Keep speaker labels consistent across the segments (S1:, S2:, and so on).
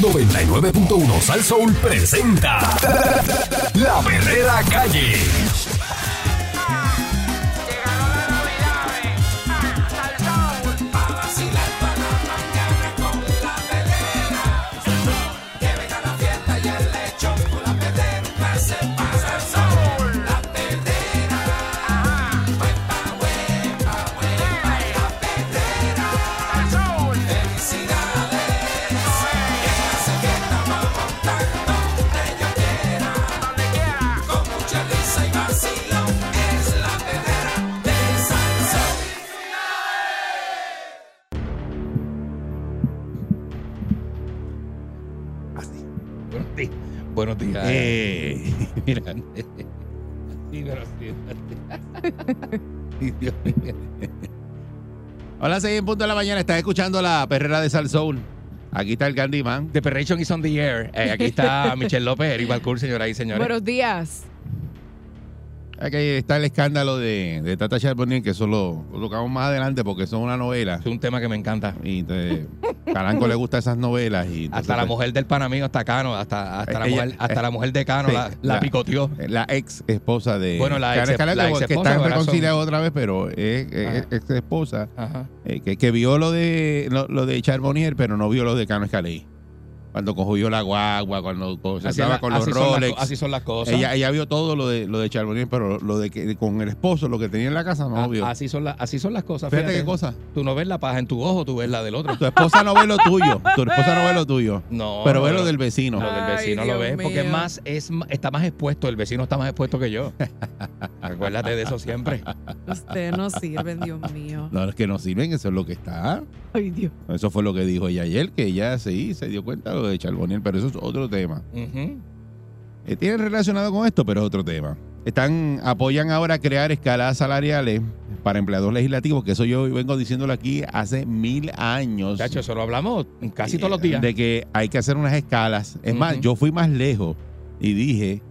S1: 99.1 Sal Soul presenta La Verdadera Calle.
S2: Llegaron las navidades, ah, al sol. Pa' vacilar pa' la mañana con la velera. Al sol, que venga la fiesta y el lechón con la pedera. Se pasa el sol, la pedera. Huepa, huepa, huepa, la pedera. Al sol, felicidades. Que hace fiesta vamos tanto, donde yo quiera. Donde quiera. Con mucha risa y vacilón, es la pedera del Salsón.
S3: Buenos días. Buenos días.
S4: Eh,
S3: Mira. Sí, pero sí. Ay, Dios mío.
S4: hola, 6 en punto de la mañana. Estás escuchando la perrera de Sal Soul. Aquí está el Candyman.
S3: The Perration is on the air. Eh, aquí está Michelle López, Eric Balcour, señoras y señores.
S5: Buenos días.
S4: Aquí está el escándalo de, de Tata Charbonnier, que eso lo lo tocamos más adelante porque eso es una novela.
S3: Es un tema que me encanta.
S4: Y te- Caranco le gusta esas novelas. Y entonces,
S3: Hasta la mujer del pana mío, hasta Cano, hasta, hasta, la,
S4: Ella-
S3: mujer, hasta la mujer de Cano
S4: sí,
S3: la, la
S4: la-
S3: picoteó.
S4: La ex esposa de.
S3: Bueno, la
S4: Caranco,
S3: ex-
S4: Caranco,
S3: la ex
S4: que
S3: esposa,
S4: están
S3: ahora son-
S4: reconciliados otra vez, pero es
S3: Ajá.
S4: ex esposa
S3: Ajá.
S4: Eh, que, que vio lo de lo, lo de Charbonnier, pero no vio lo de Cano Escalé. Cuendo cogió la guagua, cuando se
S3: Así,
S4: estaba
S3: es la-
S4: con los
S3: así son las
S4: Rolex.
S3: co- así son las cosas.
S4: Ella, ella vio todo lo de lo de Charbonnier, pero lo de que con el esposo, lo que tenía en la casa, no
S3: A-
S4: lo vio.
S3: Ah, así, son las- así son las cosas.
S4: Fíjate qué cosa.
S3: Tú no ves la paja en tu ojo, tú ves la del otro.
S4: Tu esposa no ve lo tuyo. Tu esposa no ve lo tuyo.
S3: No.
S4: pero ve
S3: no,
S4: lo
S3: no.
S4: del vecino.
S3: Lo del
S5: Ay,
S3: vecino lo
S5: Dios
S3: ves, porque es
S5: mío.
S3: más, es, m- está más expuesto, el vecino está más expuesto que yo. Acuérdate de eso siempre.
S5: Ustedes no sirven, Dios mío.
S4: No, es que no sirven, eso es lo que está.
S5: Ay, Dios.
S4: Eso fue lo que dijo ella ayer, que ella sí se dio cuenta de lo de Charbonnier, pero eso es otro tema.
S3: Ujú.
S4: Eh, tiene relacionado con esto, pero es otro tema. Están, apoyan ahora crear escaladas salariales para empleados legislativos, que eso yo vengo diciéndolo aquí hace mil años.
S3: Chacho, eso lo hablamos casi todos los días.
S4: eh, De que hay que hacer unas escalas. Es más,
S3: Ujú.
S4: yo fui más lejos y dije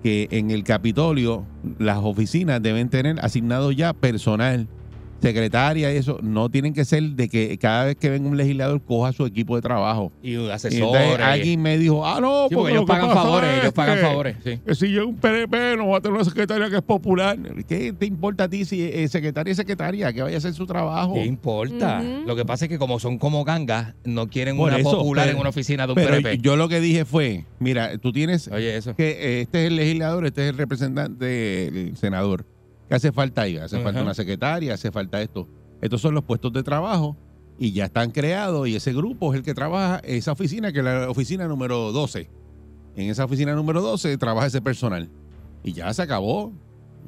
S4: que en el Capitolio las oficinas deben tener asignado ya personal, secretaria y eso. No tienen que ser de que cada vez que venga un legislador coja su equipo de trabajo.
S3: y
S4: Y entonces
S3: asesores.
S4: alguien me dijo, ah, no,
S3: Sí, porque ellos
S4: lo que
S3: pagan
S4: pasa
S3: favores,
S4: es
S3: ellos pagan
S4: que-
S3: favores. Sí.
S4: que si yo un PNP no va a tener una secretaria que es popular. ¿Qué te importa a ti si es secretaria y secretaria? Que vaya a hacer su trabajo.
S3: ¿Qué importa?
S5: Ujú.
S3: Lo que pasa es que como son como gangas, no quieren
S4: Por
S3: una
S4: eso,
S3: popular
S4: pero-
S3: en una oficina de un
S4: Pero
S3: PRP.
S4: yo lo que dije fue, mira, tú tienes
S3: Oye, eso.
S4: que eh, este es el legislador, este es el representante, el senador. ¿Qué hace falta ahí? Hace falta
S3: Ajá.
S4: una secretaria, hace falta esto. Estos son los puestos de trabajo y ya están creados y ese grupo es el que trabaja esa oficina, que es la oficina número 12. En esa oficina número 12 trabaja ese personal. Y ya se acabó.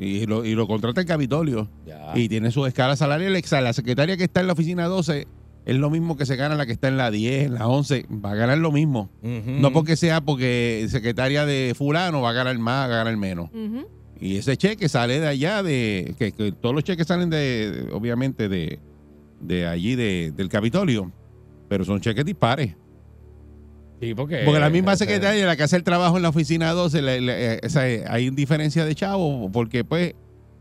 S4: Y lo, y lo contrata en Capitolio.
S3: Ya.
S4: Y tiene su escala salarial. Exa- La secretaria que está en la oficina 12 es lo mismo que se gana la que está en la 10, en la 11. Va a ganar lo mismo.
S3: Ujú.
S4: No porque sea porque secretaria de fulano va a ganar más, va a ganar menos.
S5: Ujú.
S4: Y ese cheque sale de allá, de que, que todos los cheques salen de, obviamente, de, de allí, de- del Capitolio. Pero son cheques dispares.
S3: Sí, porque,
S4: Porque la misma
S3: eh,
S4: secretaria, la que hace el trabajo en la oficina 12, la- la- eh, o sea, eh, hay diferencia de chavo, porque pues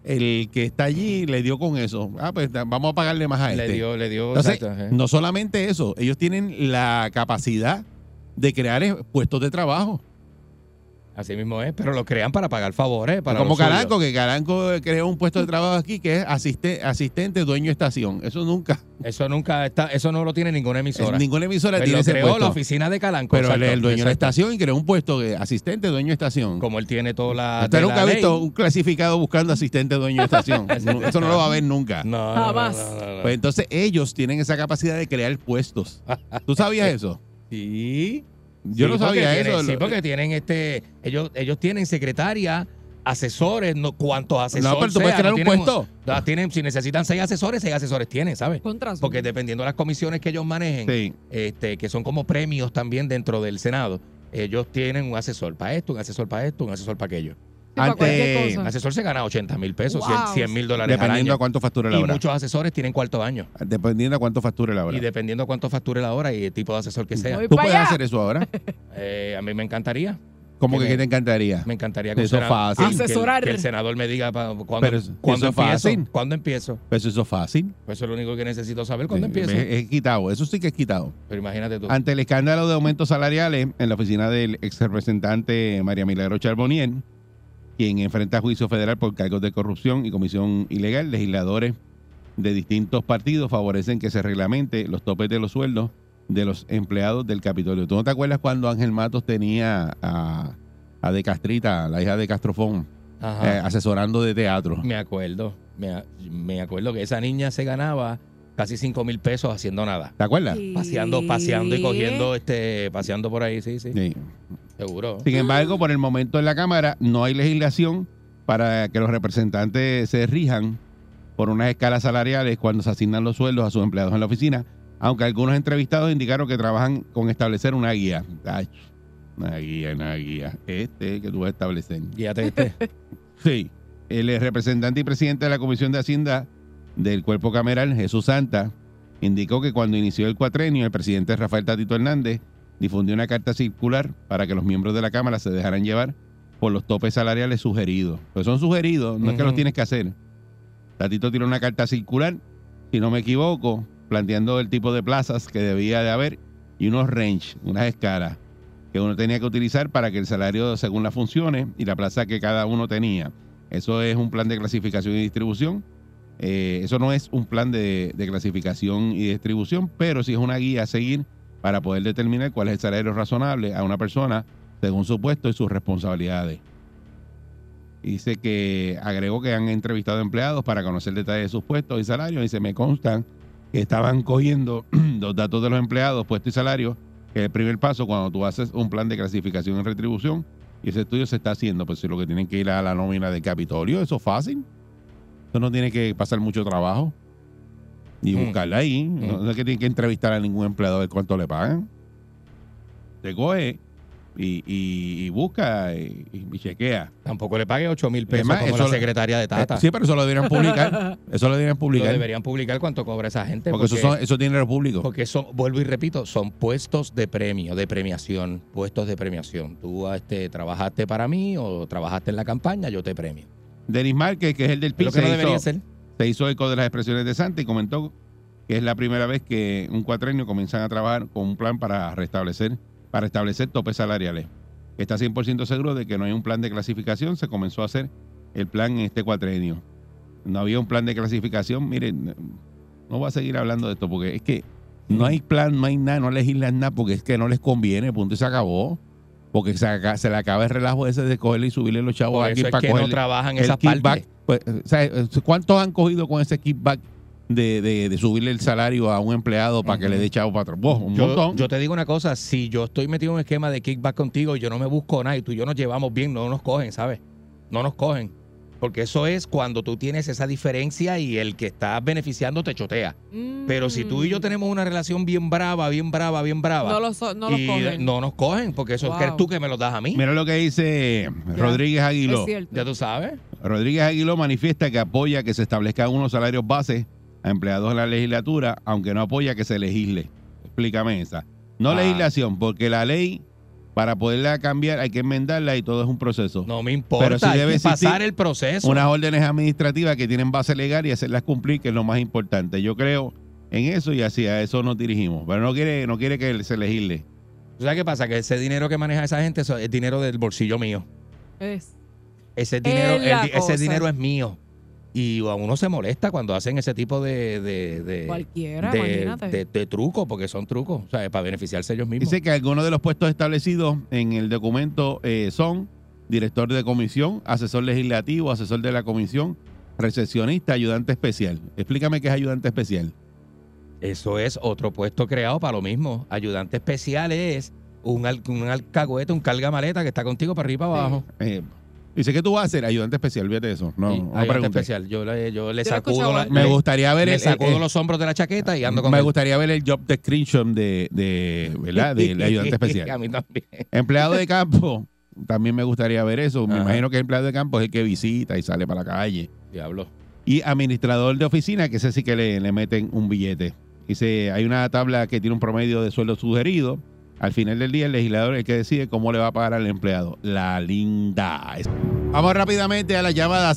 S4: el que está allí le dio con eso. Ah, pues da- vamos a pagarle más a
S3: Le
S4: este.
S3: dio, eh. le dio.
S4: Entonces,
S3: exacto, ajá.
S4: No solamente eso, ellos tienen la capacidad de crear eh, puestos de trabajo.
S3: Así mismo es, pero lo crean para pagar favores. Para
S4: como
S3: los suyos.
S4: Caranco, que Caranco creó un puesto de trabajo aquí que es asiste- asistente dueño de estación. Eso nunca,
S3: Eso nunca está, eso no lo tiene ninguna emisora.
S4: ninguna emisora
S3: Pero
S4: tiene
S3: lo
S4: ese
S3: creó la
S4: puesto.
S3: oficina de Calanco.
S4: Pero él
S3: exacto,
S4: es el dueño de la
S3: exacto.
S4: estación y creó un puesto de asistente dueño de estación.
S3: Como él tiene toda la.
S4: Usted
S3: de
S4: nunca
S3: la
S4: ha
S3: ley.
S4: visto un clasificado buscando asistente dueño de estación. No, Eso no lo va a ver nunca.
S3: No, no,
S5: Jamás.
S3: no, no, no, no.
S4: Pues entonces ellos tienen esa capacidad de crear puestos. ¿Tú sabías eso?
S3: sí.
S4: Yo
S3: Sí,
S4: no
S3: porque
S4: sabía
S3: tienen-
S4: eso.
S3: sí, porque tienen este. Ellos, ellos tienen secretaria, asesores, no cuantos asesores.
S4: no, pero tú puedes
S3: sea,
S4: crear un
S3: no tienen-
S4: puesto.
S3: no, tienen, si necesitan seis asesores, seis asesores tienen, ¿sabes?
S5: Contra azul.
S3: Porque dependiendo de las comisiones que ellos manejen,
S4: Sí.
S3: este, que son como premios también dentro del Senado, ellos tienen un asesor para esto, un asesor para esto, un asesor para aquello.
S5: Sí, para
S4: Ante-
S5: cualquier
S3: Un
S5: cosa.
S3: asesor se gana 80 mil pesos,
S5: Wow.
S3: 100 mil dólares al
S4: Dependiendo
S3: año.
S4: a cuánto facture la
S3: Y
S4: hora.
S3: muchos asesores tienen cuarto año.
S4: Dependiendo a cuánto facture la hora.
S3: Y dependiendo cuánto facture la hora y el tipo de asesor que sea.
S5: Muy-
S4: ¿Tú
S5: ¡Para
S4: puedes
S5: allá!
S4: hacer eso ahora?
S3: Eh, a mí me encantaría.
S4: ¿Cómo que,
S3: que me-
S4: qué te encantaría?
S3: Me encantaría
S4: Eso
S3: sena-
S4: fácil.
S3: que el-
S5: Asesorar.
S3: Que, el senador me diga pa- cuándo,
S4: Pero eso-
S3: cuándo
S4: eso es
S3: empiezo.
S4: fácil.
S3: ¿Cuándo empiezo?
S4: Pues eso es fácil.
S3: Pues eso es lo único que necesito saber cuándo
S4: Eh,
S3: empiezo.
S4: me- Es quitado, eso sí que es quitado.
S3: Pero imagínate tú.
S4: Ante el escándalo de aumentos salariales en la oficina del ex representante María Milagro Charbonnier, quien enfrenta juicio federal por cargos de corrupción y comisión ilegal, legisladores de distintos partidos favorecen que se reglamente los topes de los sueldos de los empleados del Capitolio. ¿Tú no te acuerdas cuando Ángel Matos tenía a, a De Castrita, la hija de Castrofón,
S3: Ajá.
S4: eh, asesorando de teatro?
S3: Me acuerdo. Me, a- me acuerdo que esa niña se ganaba casi 5 mil pesos haciendo nada.
S4: ¿Te acuerdas?
S3: Paseando,
S5: Sí.
S3: paseando y cogiendo, este, paseando por ahí, sí, sí.
S4: Sí.
S3: Seguro.
S4: Sin embargo, por el momento en la Cámara no hay legislación para que los representantes se rijan por unas escalas salariales cuando se asignan los sueldos a sus empleados en la oficina, aunque algunos entrevistados indicaron que trabajan con establecer una guía. Ay, una guía, una guía. Este que tú vas a establecer.
S3: Guíate este.
S4: Sí. El eh, representante y presidente de la Comisión de Hacienda del Cuerpo Cameral, Jesús Santa, indicó que cuando inició el cuatrenio, el presidente Rafael Tatito Hernández difundió una carta circular para que los miembros de la Cámara se dejaran llevar por los topes salariales sugeridos. Pues son sugeridos, no es que
S3: Ujú.
S4: los tienes que hacer. Tatito tiró una carta circular, si no me equivoco, planteando el tipo de plazas que debía de haber y unos range, unas escalas que uno tenía que utilizar para que el salario según las funciones y la plaza que cada uno tenía. Eso es un plan de clasificación y distribución. Eh, eso no es un plan de, de clasificación y distribución, pero sí es una guía a seguir para poder determinar cuál es el salario razonable a una persona según su puesto y sus responsabilidades. Dice que agregó que han entrevistado empleados para conocer detalles de sus puestos y salarios y se me constan que estaban cogiendo los datos de los empleados, puestos y salarios, que es el primer paso cuando tú haces un plan de clasificación y retribución y ese estudio se está haciendo, pues si lo que tienen que ir a la nómina de Capitolio, eso es fácil. Eso no tiene que pasar mucho trabajo y
S3: Mm.
S4: buscarla ahí. No, no es que tienen que entrevistar a ningún empleado a ver cuánto le pagan. Te coge y, y- y busca y- y chequea.
S3: Tampoco le pague 8 mil pesos
S4: Además,
S3: como
S4: eso
S3: la
S4: lo-
S3: secretaria de Tata.
S4: Eh, Sí, pero eso lo deberían publicar. Eso lo deberían
S3: Lo
S4: publicar.
S3: deberían publicar cuánto cobra esa gente.
S4: porque eso, son- eso es dinero público.
S3: Porque son, vuelvo y repito, son puestos de premio, de premiación, puestos de premiación. Tú este, trabajaste para mí o trabajaste en la campaña, yo te premio.
S4: Denis Márquez, que es el del
S3: Es
S4: PIB,
S3: lo que no
S4: se,
S3: debería
S4: hizo,
S3: ser.
S4: se hizo eco de las expresiones de Santa y comentó que es la primera vez que un cuatrenio comienzan a trabajar con un plan para restablecer, para establecer topes salariales. Está 100% seguro de que no hay un plan de clasificación, se comenzó a hacer el plan en este cuatrenio. No había un plan de clasificación, miren, no voy a seguir hablando de esto porque es que no hay plan, no hay nada, no legislan nada porque es que no les conviene, punto y se acabó. Porque se, aca- se le acaba el relajo ese de cogerle y subirle los chavos
S3: Por
S4: a alguien
S3: eso es
S4: para
S3: que no
S4: cogerle
S3: trabajan
S4: el
S3: esas partes.
S4: kickback, pues, o sea, ¿Cuántos han cogido con ese kickback de, de- de subirle el salario a un empleado para que le dé chavo para atrás? Vos, un
S3: Yo,
S4: montón.
S3: yo te digo una cosa, si yo estoy metido en un esquema de kickback contigo, yo no me busco nada y tú y yo nos llevamos bien, no nos cogen, ¿sabes? No nos cogen. Porque eso es cuando tú tienes esa diferencia y el que está beneficiando te chotea. Pero si tú y yo
S5: Mm.
S3: tenemos una relación bien brava, bien brava, bien brava.
S5: No los, so- no los
S3: y
S5: cogen.
S3: no nos cogen, porque eso
S5: Wow.
S3: crees tú que me lo das a mí.
S4: Mira lo que dice Rodríguez
S5: es
S4: Aguiló.
S5: cierto.
S3: Ya tú sabes.
S4: Rodríguez Aguiló manifiesta que apoya que se establezcan unos salarios bases a empleados de la legislatura, aunque no apoya que se legisle. Explícame esa. No
S3: Ah.
S4: legislación, porque la ley, para poderla cambiar, hay que enmendarla y todo es un proceso.
S3: No me importa.
S4: Pero sí
S3: hay
S4: debe
S3: que
S4: existir
S3: pasar el proceso.
S4: unas órdenes administrativas que tienen base legal y hacerlas cumplir, que es lo más importante. Yo creo en eso y hacia eso nos dirigimos. Pero no quiere, no quiere que se elegirle.
S3: ¿Tú sabes qué pasa? Que ese dinero que maneja esa gente eso es dinero del bolsillo mío.
S5: Es.
S3: Ese dinero,
S5: Es la
S3: el di- ese
S5: cosa.
S3: dinero es mío. Y a uno se molesta cuando hacen ese tipo de, de, de-
S5: Cualquiera,
S3: Eh, de-
S5: imagínate.
S3: de- de trucos, porque son trucos, ¿sabes? Para beneficiarse ellos mismos.
S4: Dice que algunos de los puestos establecidos en el documento eh, son director de comisión, asesor legislativo, asesor de la comisión, recepcionista, ayudante especial. Explícame qué es ayudante especial.
S3: Eso es otro puesto creado Pues para lo mismo. Ayudante especial es un, al- un alcahuete, un cargamaleta que está contigo para arriba y para abajo.
S4: Eh, dice que tú vas a ser ayudante especial, fíjate eso. No,
S3: Y
S4: no
S3: ayudante
S4: preguntes.
S3: especial. Yo le, yo le
S5: Yo lo he
S3: sacudo,
S5: escuchado
S3: la-
S5: antes.
S4: Me
S3: le-
S4: gustaría ver
S3: le
S4: el-
S3: sacudo
S4: el-
S3: los hombros de la chaqueta y ando con
S4: Me
S3: él.
S4: gustaría ver el job description de, de ¿verdad? Del ayudante especial.
S3: a mí también.
S4: Empleado de campo, también me gustaría ver eso. Me
S3: Ajá.
S4: imagino que el empleado de campo es el que visita y sale para la calle.
S3: Diablo.
S4: Y administrador de oficina, que ese sí que le, le meten un billete. Dice, hay una tabla que tiene un promedio de sueldo sugerido Al final del día, el legislador es el que decide cómo le va a pagar al empleado. La linda. Vamos rápidamente a la llamada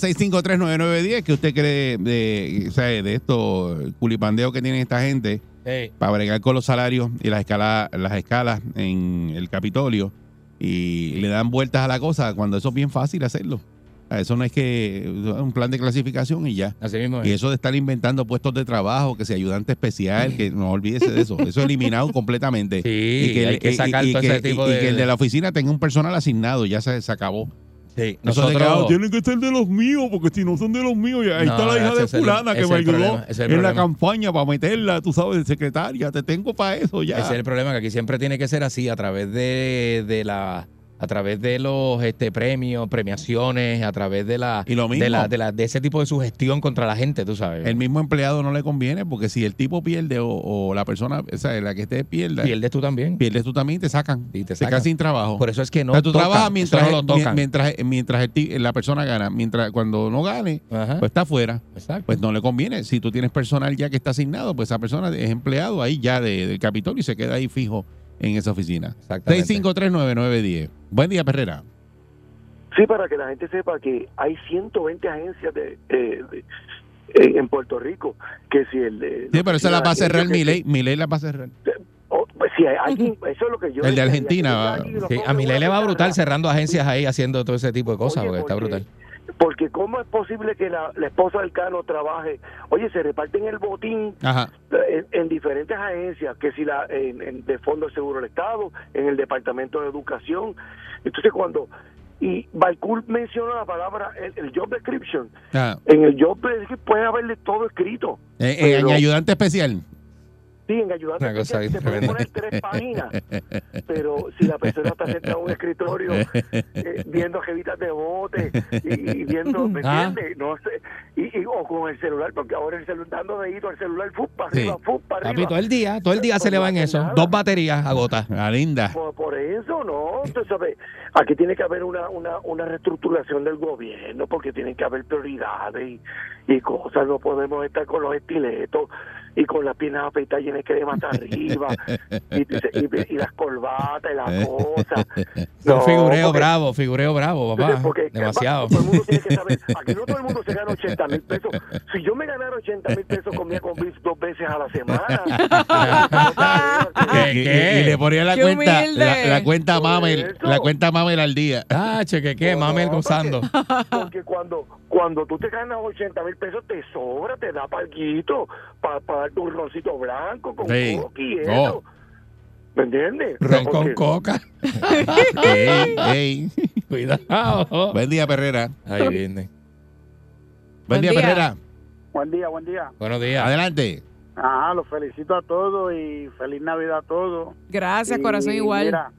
S4: 6539910, que usted cree de, sabe, de esto, el culipandeo que tiene esta gente
S3: Ey,
S4: para bregar con los salarios y las escalas, las escalas en el Capitolio y le dan vueltas a la cosa cuando eso es bien fácil hacerlo. O sea, Eso no es que es un plan de clasificación y ya.
S3: así mismo es.
S4: Y eso de estar inventando puestos de trabajo, que sea ayudante especial, que no olvídese de eso. Eso eliminado completamente.
S3: Sí, hay que sacar todo ese
S4: y-
S3: tipo
S4: y
S3: de...
S4: que el de la oficina tenga un personal asignado, ya se, se acabó.
S3: Sí,
S4: Eso de
S3: nosotros...
S4: que, ah,
S6: Tienen que ser de los míos, porque si no son de los míos, y ahí
S3: No,
S6: está la hija
S3: ese
S6: de
S3: es el-
S6: fulana
S3: ese
S6: que
S3: es
S6: me
S3: el
S6: ayudó
S3: problema, ese es el
S6: en la
S3: problema.
S6: campaña para meterla, tú sabes, de secretaria, te tengo para eso ya.
S3: Ese es el problema, que aquí siempre tiene que ser así, a través de, de la a través de los este premios, premiaciones, a través de la
S4: Y lo mismo.
S3: de la, de la- de ese tipo de sugestión contra la gente, tú sabes.
S4: El mismo empleado no le conviene, porque si el tipo pierde o, o la persona, o sea, la que esté pierda,
S3: Pierdes tú también.
S4: pierdes tú también y te sacan.
S3: Y te
S4: Se
S3: sacan.
S4: quedas sin trabajo.
S3: Por eso es que no
S4: o sea, tú
S3: tocan,
S4: trabajas
S3: eso
S4: mientras,
S3: no lo
S4: mien-
S3: tocan.
S4: mientras, mientras el ti- la persona gana. Mientras cuando no gane,
S3: Ajá,
S4: pues está afuera.
S3: exacto.
S4: Pues no le conviene. Si tú tienes personal ya que está asignado, pues esa persona es empleado ahí ya de- del Capitolio y se queda ahí fijo en esa oficina.
S3: Exactamente.
S4: 6539910. Buen día, Perrera.
S7: Sí, para que la gente sepa que hay 120 agencias de, eh, de- eh, en Puerto Rico que si el eh, de-
S4: Sí, pero esa la va a cerrar
S7: que-
S4: Miley. Miley la va a cerrar.
S7: Oh, pues sí, hay- hay- eso es lo que yo
S4: El de
S7: decía,
S4: Argentina,
S7: que
S4: va.
S7: Jackie lo
S3: Sí,
S7: coge
S3: a mi
S7: una
S3: le va
S7: vez
S3: brutal
S7: la-
S3: cerrando agencias ahí haciendo todo ese tipo de cosas,
S7: Oye,
S3: porque está
S7: porque-
S3: brutal.
S7: Porque cómo es posible que la, la esposa del Cano trabaje, oye, se reparten el botín eh,
S4: Ajá.
S7: en, en diferentes agencias, que si la en, en- de Fondo de Seguro del Estado, en el Departamento de Educación. Entonces cuando y Balcour menciona la palabra el, el job description,
S4: ajá.
S7: en el job description puede haberle todo escrito.
S4: Eh, eh,
S7: Pero-
S4: Ah, en ayudante especial.
S7: Sí, en eh, ayudante
S3: Una cosa
S7: especial, se pueden
S3: tremenda.
S7: poner tres páginas, pero si la persona está sentada en un escritorio eh, viendo jevitas de bote y, y viendo, ¿me
S3: Ah.
S7: entiendes? No sé, y, y- o con el celular, porque ahora el celular dando dedito al celular, ¡fup! para
S4: Sí.
S7: arriba, ¡fup! para
S3: Papi,
S7: arriba.
S3: todo el día, todo el día se le va en eso. Dos baterías a gota.
S4: La linda.
S7: Por, por eso, no, tú sabes, aquí tiene que haber una, una, una reestructuración del gobierno, porque tienen que haber prioridades y, y cosas, no podemos estar con los estiletos y con las piernas afeitadas llenas de crema hasta arriba, y, y- y las corbatas y las cosas.
S3: un figureo
S7: porque-
S3: bravo, figureo bravo, papá.
S7: porque-
S3: Demasiado.
S7: Todo el mundo tiene que saber, aquí no todo el mundo se gana 80 mil pesos. Si yo me ganara 80 mil pesos, comía con bis dos veces a la semana.
S3: ¿Qué,
S4: Y, y-
S3: qué?
S4: y le ponía la
S5: ¡Qué
S4: cuenta,
S5: humilde!
S4: la, la cuenta mamel,
S7: Eso.
S4: la cuenta mamel al día.
S3: Ah, che, que qué,
S7: No,
S3: mame el
S7: no,
S3: gozando.
S7: Porque cuando cuando tú te ganas 80 mil pesos, te sobra, te da palguito para darte un roncito blanco con
S4: Sí.
S7: coca y eso.
S4: Oh.
S7: ¿Me entiendes?
S3: Ron con
S7: Porque-
S3: coca.
S4: Ey, ey.
S3: Cuidado.
S4: Buen día, Perrera.
S3: Ahí viene.
S4: Buen
S5: Buen
S4: día,
S5: día.
S4: Perrera.
S8: Buen día, buen día.
S3: Buenos días.
S4: Adelante.
S8: Ajá, los felicito a todos y feliz Navidad a todos.
S5: Gracias,
S8: Y
S5: corazón igual.
S8: Mira,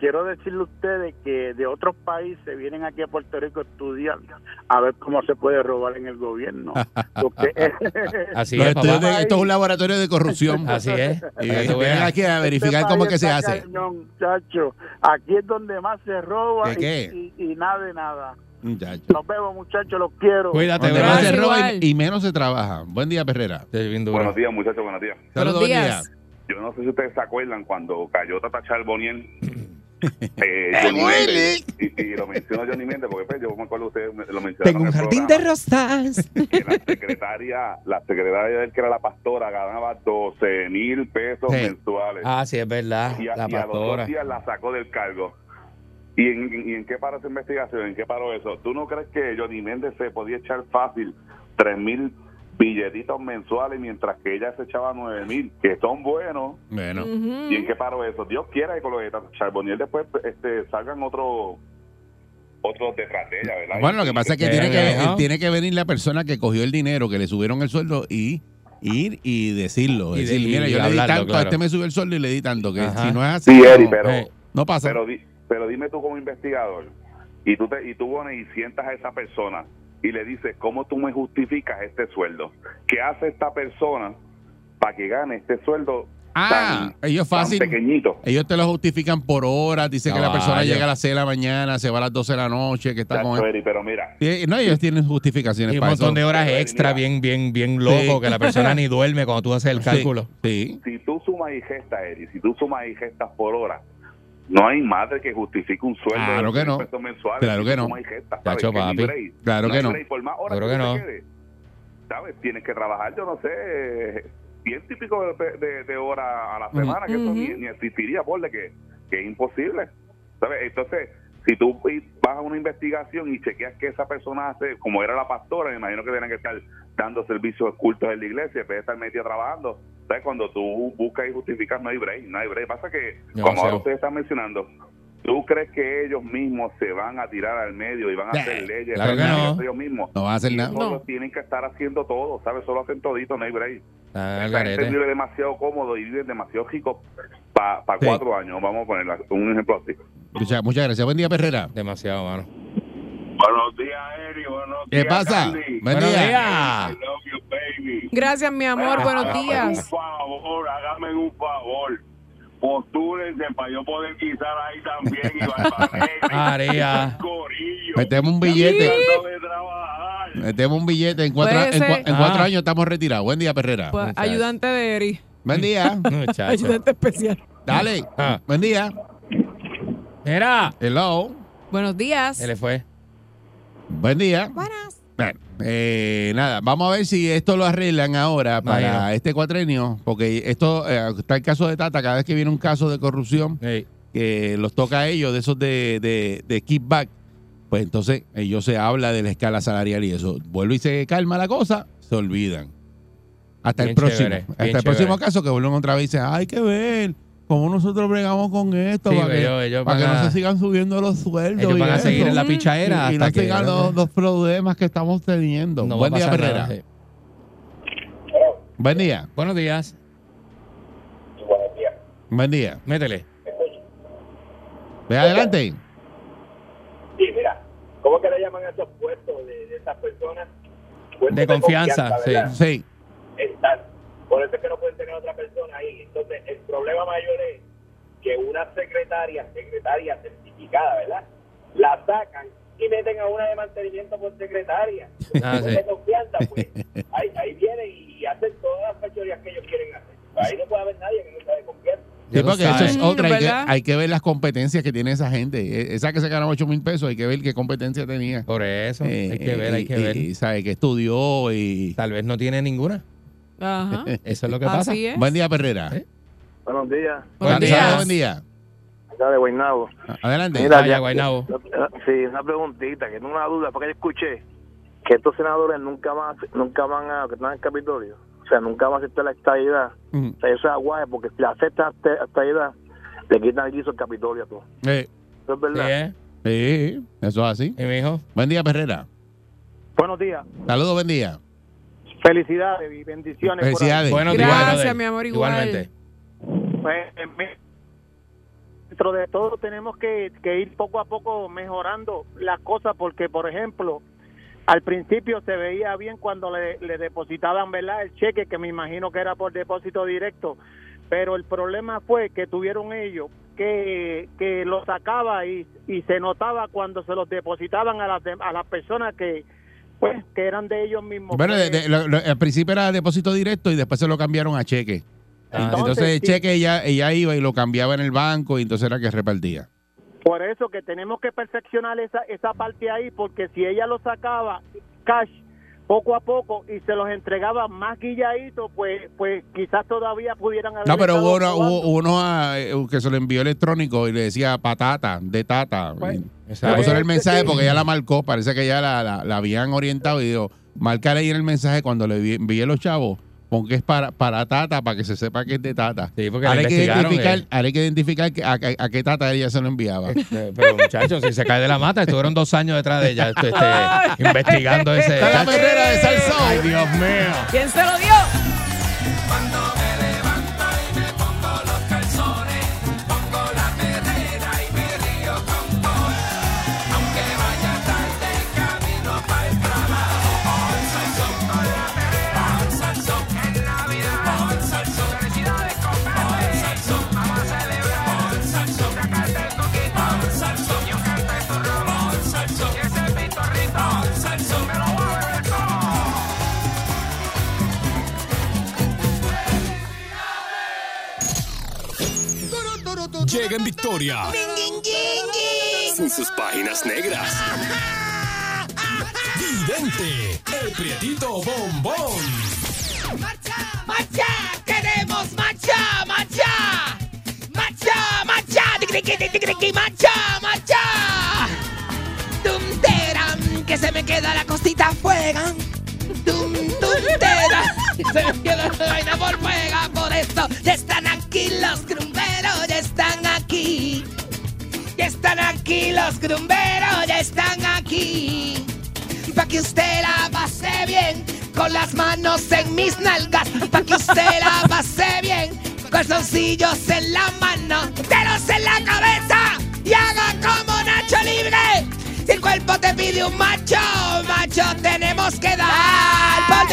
S8: quiero decirle a ustedes que de otros países vienen aquí a Puerto Rico a estudiar a ver cómo se puede robar en el gobierno. Porque-
S3: Así
S4: Los
S3: es,
S4: estudios
S3: papá.
S4: de- esto es un laboratorio de corrupción.
S3: Así es.
S4: Y
S3: Para que tú
S4: vienen
S3: veas.
S4: aquí a verificar
S8: Este
S4: cómo es
S8: país
S4: que se
S8: está
S4: hace.
S8: cañón, chacho. Aquí es donde más se roba
S4: ¿De
S8: y,
S4: qué?
S8: y- y nada de nada.
S4: Muchacho.
S8: Los vemos, muchachos, los quiero.
S3: Cuídate,
S4: Donde
S5: bro.
S4: más se
S5: Igual,
S4: roba y,
S5: igual.
S4: y menos se trabaja. Buen día, Perrera.
S3: Sí, bien duro.
S9: Buenos días, muchachos, buenos días.
S4: Saludos, buen día.
S5: días.
S9: Yo no sé si ustedes se acuerdan cuando cayó Tata Charboniel. Eh, Johnny Méndez, y, y lo menciono Johnny Méndez porque pues, yo me acuerdo ustedes me- lo mencionaron
S3: Tengo
S9: en
S3: un
S9: el
S3: jardín de
S9: programa,
S5: rosas.
S9: que la secretaria la secretaria de él que era la pastora ganaba 12 mil pesos
S4: Sí.
S9: mensuales
S3: Ah, sí, es verdad.
S9: y, a,
S3: La
S9: y a los dos
S3: pastora.
S9: días la sacó del cargo ¿Y en, y en qué paró esa investigación? ¿En qué paró eso? ¿Tú no crees que Johnny Méndez se podía echar fácil 3 mil billetitos mensuales mientras que ella se echaba 9 mil? Que son buenos.
S4: Bueno.
S9: ¿Y
S2: Mm.
S9: en qué paro eso? Dios quiera que con los de Charboniel después este, salgan otros otros detrás de ella, ¿verdad? Este,
S4: Bueno, lo que pasa es que tiene que,
S3: Ajá.
S4: tiene que venir la persona que cogió el dinero, que le subieron el sueldo y ir y decirlo.
S3: Y de-
S4: decir,
S3: y
S4: mira, yo le di
S3: hablarlo,
S4: tanto, a
S3: claro.
S4: este me subió el sueldo y le di tanto. Que
S3: Ajá.
S4: si no es así,
S9: Sí, Eri,
S4: no,
S9: pero,
S3: eh,
S4: no pasa.
S9: pero, di- pero dime tú como investigador, y tú, te, y tú pones y sientas a esa persona y le dices, ¿cómo tú me justificas este sueldo? ¿Qué hace esta persona para que gane este sueldo
S4: ah,
S9: tan,
S4: ellos
S9: tan
S4: fácil.
S9: pequeñito?
S4: Ellos te lo justifican por horas, dice que la persona
S3: Caballo.
S4: llega a las 6 de la mañana, se va a las 12 de la noche, que está con
S9: Chacho, Eri, pero mira,
S4: Sí, No, ellos tienen justificaciones
S3: y un
S4: para
S3: montón
S4: eso.
S3: de horas
S9: Pero,
S3: extra,
S9: mira.
S3: bien, bien, bien loco,
S4: Sí.
S3: que la persona ni duerme cuando tú haces el
S4: Sí,
S3: cálculo.
S4: Sí.
S9: si tú sumas sumas y gestas, Eri, si tú sumas y gestas por hora, no hay madre que justifique un sueldo
S4: Claro
S9: de
S4: que no.
S9: pesos mensuales.
S4: Claro
S9: si
S4: que
S9: tú
S4: no.
S9: sumas y gestas, ¿sabes?
S4: Chacho,
S9: Que ni
S4: papi.
S9: break.
S4: Claro que
S9: hay
S4: no.
S9: break, por más horas
S3: Claro
S9: que
S3: que
S9: tú te
S3: no.
S9: quedes, ¿Sabes? Tienes que trabajar, yo no sé, bien típico de, de, de hora a
S4: Mm.
S9: la semana, que eso ni,
S5: Ujú.
S9: ni existiría, por que, que es imposible. ¿Sabes? Entonces, si tú y- vas a una investigación y chequeas que esa persona hace, como era la pastora, me imagino que tienen que estar dando servicios cultos en la iglesia, en vez de estar metida trabajando. ¿Sabes? Cuando tú buscas y justificas, no hay break, no hay break. Pasa que,
S3: No,
S9: como
S3: o sea,
S9: ahora ustedes están mencionando, ¿tú crees que ellos mismos se van a tirar al medio y van a
S4: Eh,
S9: hacer leyes?
S4: claro que no.
S9: Ellos mismos.
S4: No vas a hacer nada.
S9: Solo tienen que estar haciendo todo, ¿sabes? Solo hacen todito, no hay break.
S3: Está Ah, al
S9: Esa gente
S3: garete.
S9: vive demasiado cómodo y vive demasiado rico para
S4: Sí.
S9: cuatro años. Vamos a poner un ejemplo así.
S4: Muchas, muchas gracias. Buen día, Perrera.
S3: Demasiado, mano.
S9: Buenos días, Eri. Buenos
S4: ¿Qué
S9: días,
S4: pasa?
S9: Candy.
S4: Buen
S3: Buenos
S4: día.
S3: días.
S9: I love you, baby.
S5: Gracias, mi amor.
S3: Ah,
S5: Buenos
S9: Hágame
S5: días.
S9: Un favor, hágame un favor. Postúrense para yo poder guisar ahí también. Y
S3: María.
S9: Corillo.
S4: Metemos un billete.
S9: Tratando de trabajar.
S4: Metemos un billete. En cuatro,
S5: Puede
S4: en cua-
S5: ser.
S4: en cuatro
S3: Ah.
S4: años estamos retirados. Buen día, Perrera.
S5: Pues,
S3: muchas.
S5: ayudante de Eri.
S4: Buen día.
S3: Muchacho.
S5: Ayudante especial.
S4: Dale.
S3: Ah.
S4: Buen día.
S3: Mira.
S4: Hello.
S5: Buenos días.
S3: Se le fue.
S4: Buen día.
S5: Buenas.
S4: Bueno, eh, nada, vamos a ver si esto lo arreglan ahora para
S3: Imagino.
S4: este cuatrenio, porque esto eh, está el caso de Tata, cada vez que viene un caso de corrupción
S3: Ey,
S4: que los toca a ellos, de esos de, de, de kickback, pues entonces ellos se habla de la escala salarial y eso. Vuelve y se calma la cosa, se olvidan. Hasta el
S3: Bien
S4: próximo.
S3: chévere,
S4: hasta el
S3: bien
S4: próximo
S3: chévere.
S4: caso que vuelven otra vez y dicen, hay que ver cómo nosotros bregamos con esto
S3: Sí,
S4: para, que,
S3: ellos- ellos
S4: para
S3: van
S4: que no
S3: a-
S4: se sigan subiendo los sueldos.
S3: Ellos
S4: y
S3: van a
S4: eso".
S3: seguir en la
S5: Mm.
S3: pichadera
S4: Y no
S3: hasta que.
S4: tengan los, los problemas que estamos teniendo.
S3: no va a
S4: Buen día,
S3: pasar
S4: Herrera.
S3: nada, sí.
S4: Buen día.
S3: Buenos días.
S4: Buen día.
S3: Métele.
S4: Ve adelante.
S7: Sí, mira, ¿cómo que le llaman a esos puestos de, de esas personas? Puestos
S3: De confianza,
S7: ¿verdad?
S4: Sí.
S7: Exacto. Por eso es que no pueden tener a otra persona ahí. Entonces, el problema mayor es que una secretaria, secretaria certificada, ¿verdad? La sacan y meten a una de mantenimiento por secretaria.
S3: Ah,
S7: Entonces,
S3: sí.
S7: de confianza, pues, ahí, ahí vienen y hacen todas las fechorías que ellos quieren hacer. Ahí no puede haber nadie que no sea de confianza.
S4: Sí,
S3: Ya lo
S4: porque eso
S3: sabes.
S4: es otra. Hay que,
S5: ¿Verdad?
S4: hay que ver las competencias que tiene esa gente. E- Esa que se ganó 8 mil pesos, hay que ver qué competencia tenía.
S3: Por eso. hay que
S4: Eh,
S3: ver, hay que
S4: y-
S3: ver.
S4: Y, sabe que estudió y.
S3: Tal vez no tiene ninguna.
S5: Ajá.
S3: Eso es lo que pasa.
S5: Así es.
S4: Buen día, Perrera.
S3: Sí.
S7: Buenos días.
S5: Buenos
S4: Saludos,
S5: días.
S4: Buen día.
S7: Acá de Guaynabo.
S4: Adelante.
S7: Mira,
S3: Vaya,
S7: ya-
S3: Guaynabo.
S7: Sí, una preguntita, que no una duda, porque yo escuché que estos senadores nunca van, a- nunca van a, que están en el Capitolio, o sea, nunca van a aceptar la estadidad.
S2: Mm.
S4: Ujú.
S7: O
S3: Eh,
S7: sea, eso es aguaje, porque si la aceptan
S8: este,
S7: la estadidad, le quitan el guiso al Capitolio a todos.
S4: Eh,
S7: Eso es
S3: Sí,
S7: verdad.
S3: ¿eh?
S4: sí, eso es así.
S3: Y mi hijo.
S4: Buen día, Perrera.
S7: Buenos días.
S4: Saludos, buen día.
S7: Felicidades y bendiciones. por ahí.
S4: Felicidades.
S3: Buenos días,
S5: Gracias,
S3: brother.
S5: mi amor, igual.
S3: Igualmente.
S7: Pues, eh, me- dentro de todo tenemos que, que ir poco a poco mejorando las cosas porque, por ejemplo, al principio se veía bien cuando le, le depositaban ¿verdad? el cheque, que me imagino que era por depósito directo, pero el problema fue que tuvieron ellos que, que lo sacaba y, y se notaba cuando se los depositaban a las, dem- a las personas que pues que eran de ellos mismos.
S4: Bueno, de-
S7: Pues,
S4: de- lo- lo- al principio era depósito directo y después se lo cambiaron a cheque.
S3: Ah,
S4: entonces, el
S7: sí.
S4: cheque ella, ella iba y lo cambiaba en el banco y entonces era que repartía.
S7: Por eso que tenemos que perfeccionar esa, esa parte ahí, porque si ella lo sacaba cash poco a poco y se los entregaba más guilladitos, pues, pues quizás todavía pudieran haber.
S4: No, pero
S7: estado
S4: hubo uno,
S7: jugando.
S4: hubo- hubo uno a- eh, que se lo envió electrónico y le decía patata, de tata.
S7: Pues,
S4: Y le
S3: Exacto.
S4: puso en el
S7: pues,
S4: mensaje
S7: sí.
S4: porque ya la marcó, parece que ya la, la- la habían orientado y dijo, marcar ahí en el mensaje cuando le vi- envié los chavos, pon que es para, para tata, para que se sepa que es de tata.
S3: Sí, porque
S4: Ahora hay,
S3: la
S4: que
S3: investigaron,
S4: identificar,
S3: eh.
S4: ahora hay que identificar que- a, a- a qué tata ella se lo enviaba.
S3: Eh, Pero muchachos, si se cae de la mata, estuvieron dos años detrás de ella este, este, investigando ese.
S4: Está la perrera de Salsón.
S3: Ay, Dios mío.
S5: ¿Quién se lo dio?
S2: Cuando me levanto y me pongo los calzones, pongo la perrera y me río con todo. Aunque vaya tarde el camino para el trabajo, hoy soy son con la perrera, hoy soy son en la vida, hoy soy son felicidades con hoy soy son, vamos a celebrar, hoy soy son, sacarte el coquito, hoy soy son, yo canto en tu ramo, hoy soy son, y ese pitorrito, hoy soy son, me lo voy a beber todo.
S1: en victoria. Sin sus páginas negras. Vidente, el prietito bombón.
S2: ¡Macha! ¡Queremos macha! ¡Macha! ¡Macha! ¡Macha! ¡Tiqui, tiqui, tiqui, tiqui! ¡Macha! ¡Macha! ¡Tum, teram! ¡Que se me queda la cosita fuega! ¡Tum, tum, teram! ¡Se me queda la vaina por fuega! Por eso ya están aquí los grumberos, ya están aquí. Ya están aquí los grumberos, ya están aquí. Pa' que usted la pase bien con las manos en mis nalgas. Pa' que usted la pase bien. Calzoncillos en la mano, teros en la cabeza y haga como Nacho Libre. Si el cuerpo te pide un macho, macho tenemos que dar por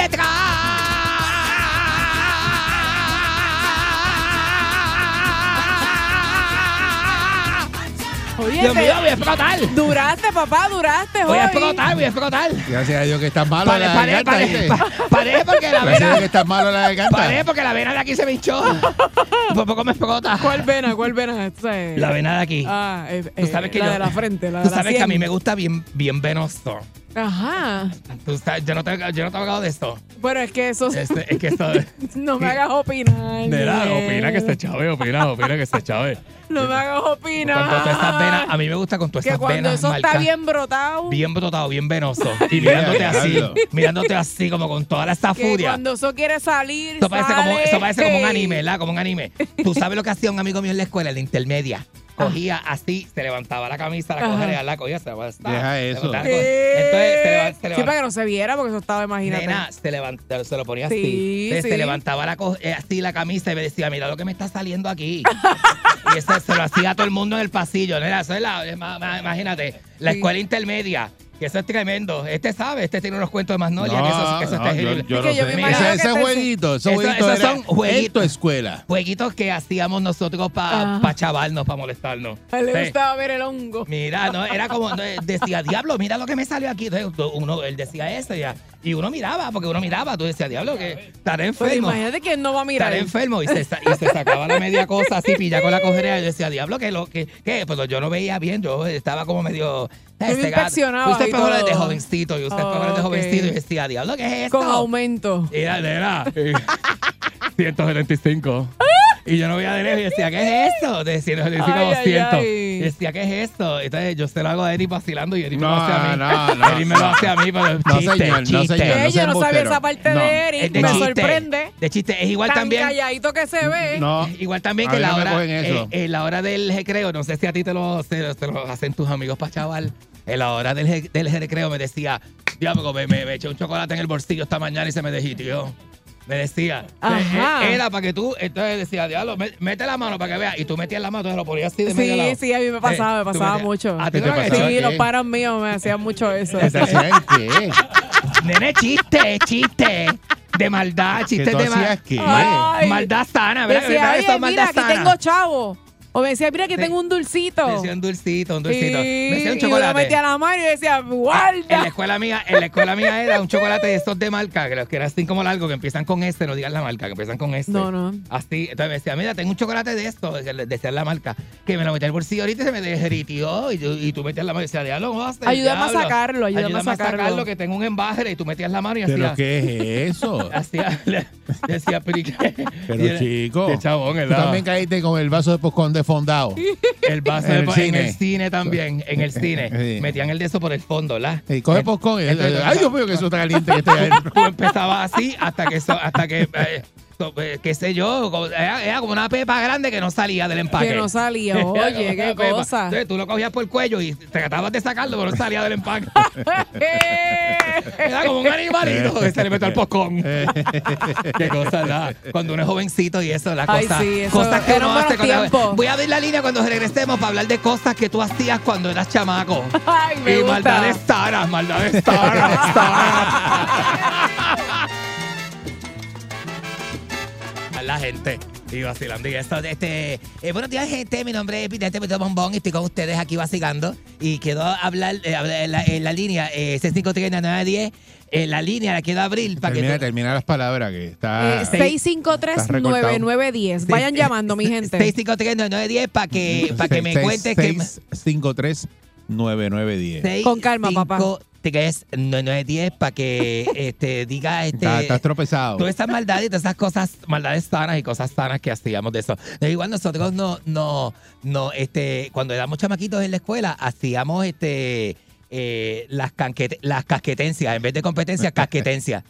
S2: detrás.
S5: Oye,
S3: Dios
S5: te-
S3: mío, voy a explotar.
S5: duraste, papá, duraste.
S3: Voy a
S5: hoy.
S3: explotar, voy a explotar.
S4: Gracias a Dios que estás malo.
S3: Paré,
S4: la
S3: paré,
S4: garganta,
S3: paré,
S4: ¿viste?
S3: pa- paré, porque la
S4: Gracias a Dios que
S3: vena.
S4: estás malo la garganta.
S3: Paré porque la vena de aquí se me hinchó. Por poco me explota.
S5: ¿Cuál vena? ¿Cuál vena? Esa es-
S3: La vena de aquí.
S5: Ah, eh,
S3: Tú
S5: eh,
S3: sabes que
S5: la
S3: yo-
S5: de la frente, la de
S3: Tú
S5: la
S3: sabes que a mí
S5: sien.
S3: me gusta bien, bien venoso.
S5: Ajá.
S3: Tú sabes, yo no te, yo no te he hablado de esto.
S5: Bueno, es que eso.
S3: Este, es que esto.
S5: No me hagas opinar.
S3: Mira,
S5: Miguel.
S3: opina que se chave, opina, opina que se chave.
S5: No me hagas
S3: Con todas estas venas,
S5: opinar.
S3: a mí me gusta con todas
S5: Que
S3: estas
S5: cuando
S3: venas
S5: eso
S3: marcadas.
S5: está bien brotado.
S3: bien brotado, bien venoso. Y
S4: Yeah,
S3: mirándote así,
S4: diablo.
S3: mirándote así como con toda esta
S5: que
S3: furia.
S5: cuando eso quiere salir.
S3: Eso parece, como,
S5: sale,
S3: eso parece como un
S5: ey.
S3: anime, ¿verdad? Como un anime. Tú sabes lo que hacía un amigo mío en la escuela, en la intermedia. Cogía así, se levantaba la camisa, la
S5: Ah. Ajá.
S3: cogía, la cogía, se levantaba.
S4: Deja
S3: se
S4: eso.
S3: levantaba, la cogía. Entonces se
S5: Eh,
S3: levantaba. Se
S5: Sí, para que no se viera, porque eso estaba, imagínate.
S3: Nena, se, levantó, se lo ponía
S5: Sí,
S3: así. Entonces, Se
S5: sí.
S3: levantaba la co- eh, así la camisa y me decía, mira lo que me está saliendo aquí. y eso se lo hacía a todo el mundo en el pasillo. Nena, eso es la, eh, ma- ma- imagínate, la
S5: Sí.
S3: escuela intermedia. Que eso es tremendo. Este sabe, este tiene unos cuentos de Magnolia,
S4: No,
S3: que eso, que eso
S4: no,
S3: es terrible.
S4: Yo
S5: Es
S4: no
S5: que yo
S4: sé,
S5: me
S4: mira.
S5: imagino
S4: Ese,
S5: que
S4: ese
S5: te-
S4: jueguito, ese
S3: Eso-
S4: jueguito
S3: esos
S4: era
S3: son jueguitos.
S4: en tu escuela.
S3: Jueguitos que hacíamos nosotros para
S5: Ajá.
S3: chavarnos, para molestarnos.
S5: Le
S3: Sí.
S5: gustaba ver el hongo.
S3: Mira, no, era como, no, eh, decía, diablo, mira lo que me salió aquí. Entonces, uno, él decía eso ya. Y uno miraba, porque uno miraba, tú decías, diablo, que estaré
S5: Pero
S3: enfermo.
S5: imagínate que él no va a mirar.
S3: estaré enfermo y se, sa- y se sacaba la media cosa así, pilla con la cojerea y decía, diablo, que lo que, que, pues yo no veía bien, yo estaba como medio. este
S5: me inspeccionabas
S3: Usted
S5: y
S3: espejuelos de
S5: todo.
S3: jovencito, y usted espejuelos de
S5: Ok.
S3: jovencito y decía, diablo, ¿qué es esto?
S5: Con aumento.
S3: Era, era. 175. Y yo no veía de lejos y decía, ¿qué es esto? De 175 a
S5: Ay, ay,
S3: 200.
S5: ay.
S3: Y decía, ¿qué es esto? Entonces yo se lo hago a Eric vacilando y Eric me lo
S4: No,
S3: hace a mí.
S4: no, no,
S3: Eric me lo
S4: no.
S3: hace a mí, pero
S4: No,
S3: chiste,
S4: señor, no,
S3: chiste.
S4: señor.
S5: Eh, yo
S4: sea
S5: no sabía
S4: embustero.
S5: esa parte
S4: No,
S5: de
S3: Es
S5: Eric.
S3: de
S5: Me
S3: chiste,
S5: sorprende.
S3: De chiste. Es igual
S5: Tan
S3: también.
S5: calladito que se ve.
S4: No.
S3: Igual también
S4: A
S3: que
S4: mí
S3: la
S4: no me
S3: hora,
S4: cogen eso.
S3: eh, en la hora del recreo, no sé si a ti te lo, se- te lo hacen tus amigos para chaval. En la hora del, je- del recreo me decía, diablo, me, me, me eché un chocolate en el bolsillo esta mañana y se me digitió. Me decía,
S5: Ajá.
S3: eh, era para que tú, entonces decía, diablo, me- mete la mano para que veas. Y tú metías la mano, entonces lo ponías así de medio lado.
S5: Sí, sí, a mí me pasaba,
S3: Eh,
S5: me
S3: tú
S5: pasaba
S3: metías-
S5: mucho.
S3: ¿A ti
S4: ¿Qué
S3: no
S4: te
S3: te
S4: pasaba?
S3: pasaba?
S5: Sí,
S4: ¿Qué?
S5: los paros míos me hacían mucho eso.
S4: ¿Te hacían qué?
S3: Nene, chiste, chiste. De maldad,
S4: ¿Que
S3: chiste
S4: tú
S3: de ma-
S4: hacías qué?
S5: Ay.
S3: maldad sana, ¿verdad?
S5: Decía,
S3: ¿Verdad?
S5: oye,
S3: Eso es
S5: mira,
S3: maldad
S5: aquí
S3: sana.
S5: tengo chavo. O me decía, mira, aquí
S3: Sí.
S5: tengo un dulcito.
S3: Me decía un dulcito, un dulcito.
S5: Sí,
S3: Me decía un
S5: y uno
S3: chocolate.
S5: metía la mano y decía,
S3: En la
S5: guarda.
S3: escuela mía, en la escuela mía era un chocolate de estos de marca, que los que eran así como largo, que empiezan con este, no digan la marca, que empiezan con este.
S5: No, no.
S3: Así, entonces me decía, mira, tengo un chocolate de estos, que le- decía la marca, que me lo metí al bolsillo ahorita y se me desheritió y, yo- y tú metías la mano y decía, diablo, Buster,
S5: Ayúdame a
S3: diablo,
S5: sacarlo, ayúdame a sacarlo".
S3: que tengo un embajere y tú metías la mano y
S4: ¿Pero
S3: hacía,
S4: qué es eso?
S3: hacía, le- decía, pero ¿y qué? Y
S4: Pero
S3: era-
S4: chico,
S3: qué chabón,
S4: tú
S3: ¿verdad?
S4: también caíste con el vaso de popcorn defondado.
S3: El vaso
S4: En
S3: de
S4: el
S3: po- en
S4: cine.
S3: el cine también, en el cine.
S4: Sí.
S3: Metían el de eso por el fondo, ¿verdad?
S4: Y coge
S3: En-
S4: popcorn y-
S3: entonces-
S4: ay Dios mío que eso está caliente que está ahí adentro.
S3: tú empezabas así hasta que eso- hasta que eh, so- eh, qué sé yo como- era, era como una pepa grande que no salía del empaque
S5: Que no salía. Oye,
S3: Era
S5: qué
S3: como una pepa.
S5: cosa.
S3: Entonces, tú lo cogías por el cuello y tratabas de sacarlo pero no salía del empaque ¡Eh! era como un animalito que se le metió al poscón qué cosa ¿verdad? cuando uno es jovencito y eso las
S5: Ay,
S3: cosas
S5: sí, eso
S3: cosas que
S5: eran
S3: uno hace
S5: buenos
S3: cuando-
S5: tiempos.
S3: voy a abrir la línea cuando regresemos para hablar de cosas que tú hacías cuando eras chamaco
S5: Ay, me
S3: y
S5: gusta.
S3: maldades taras maldades taras taras. a la gente. Y vacilando. Y esto, este, eh, buenos días, gente. Mi nombre es Peter Tepito Bombón y estoy con ustedes aquí vacilando. Y quiero hablar, eh, hablar en, la, en la línea eh, 653-9910. eh, la línea la quiero abrir para que.
S4: Termina,
S3: tú-
S4: termina las palabras que está.
S5: Eh, 653-9910. Vayan llamando, mi gente.
S3: 653-9910 para que, para que me cuentes que.
S4: 653-9910.
S3: Seis,
S5: Con calma,
S3: cinco,
S5: papá.
S3: tres, nueve, nueve, diez, para que este, diga este,
S4: Está- Estás tropezado.
S3: todas esas maldades, todas esas cosas, maldades sanas y cosas sanas que hacíamos de eso. No, igual nosotros no, no, no, este, cuando éramos chamaquitos en la escuela, hacíamos este. eh, las, canquete- las casquetencias, en vez de competencias, casquetencias.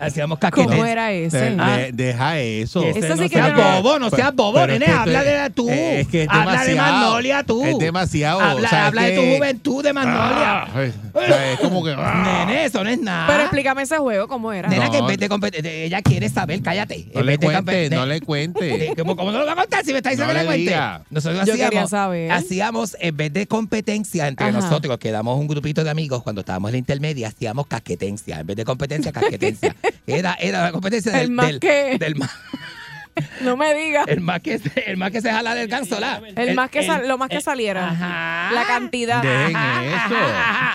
S3: Hacíamos casquetencias.
S5: ¿Cómo era ese?
S4: De-
S3: Ah.
S4: Eh, de- deja eso.
S3: Ese
S5: Eso sí
S3: no
S5: que
S3: seas
S5: yo no-
S3: bobo, no seas
S4: Pero-
S3: bobo,
S4: pero es
S3: nene.
S4: que
S3: habla
S4: esto
S3: de la tú.
S4: eh, es que es
S3: habla de
S4: demasiado.
S3: Magnolia tú.
S4: Es demasiado.
S3: Habla,
S4: o sea,
S3: habla
S4: es
S3: de tu
S4: que-
S3: juventud de Magnolia.
S4: Ah, eh, o sea, es como que. ah,
S3: Nene, eso no es nada.
S5: Pero explícame ese juego, ¿cómo era?
S3: Nena,
S4: No.
S3: que en vez de compet- de- ella quiere saber, cállate.
S4: no
S3: En
S4: le
S3: vez de
S4: cuente,
S3: compe- de-
S4: no le cuente.
S3: de- ¿Cómo, cómo no lo va a contar si me está diciendo
S4: No
S3: que le
S4: le
S3: cuente?
S4: diga.
S3: Nosotros
S5: Yo quería
S3: hacíamos,
S5: saber.
S3: hacíamos, en vez de competencia entre
S5: Ajá.
S3: nosotros, quedamos un grupito de amigos cuando estábamos en la intermedia, hacíamos casquetencia. En vez de competencia, casquetencia. Era, era la competencia
S5: El
S3: del,
S5: más
S3: del,
S5: que-
S3: del más,
S5: No me digas.
S3: el más que se- el más que se jala del ganso, ¿la?
S5: El más que sal- lo más que saliera.
S3: Ajá.
S5: La cantidad.
S4: Dejen eso.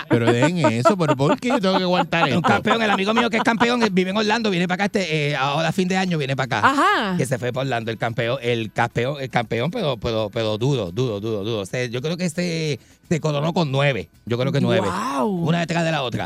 S4: Pero dejen eso. Pero ¿por qué yo tengo que aguantar
S3: Un
S4: esto?
S3: campeón, el amigo mío que es campeón, él vive en Orlando, viene para acá este, eh, ahora fin de año, viene para acá.
S5: Ajá.
S3: que se fue por Orlando, el campeón, el campeón, el campeón, pero, pero, pero duro, duro, duro, duro. O sea, yo creo que este se coronó con nueve. Yo creo que nueve.
S5: Wow.
S3: Una detrás de la otra.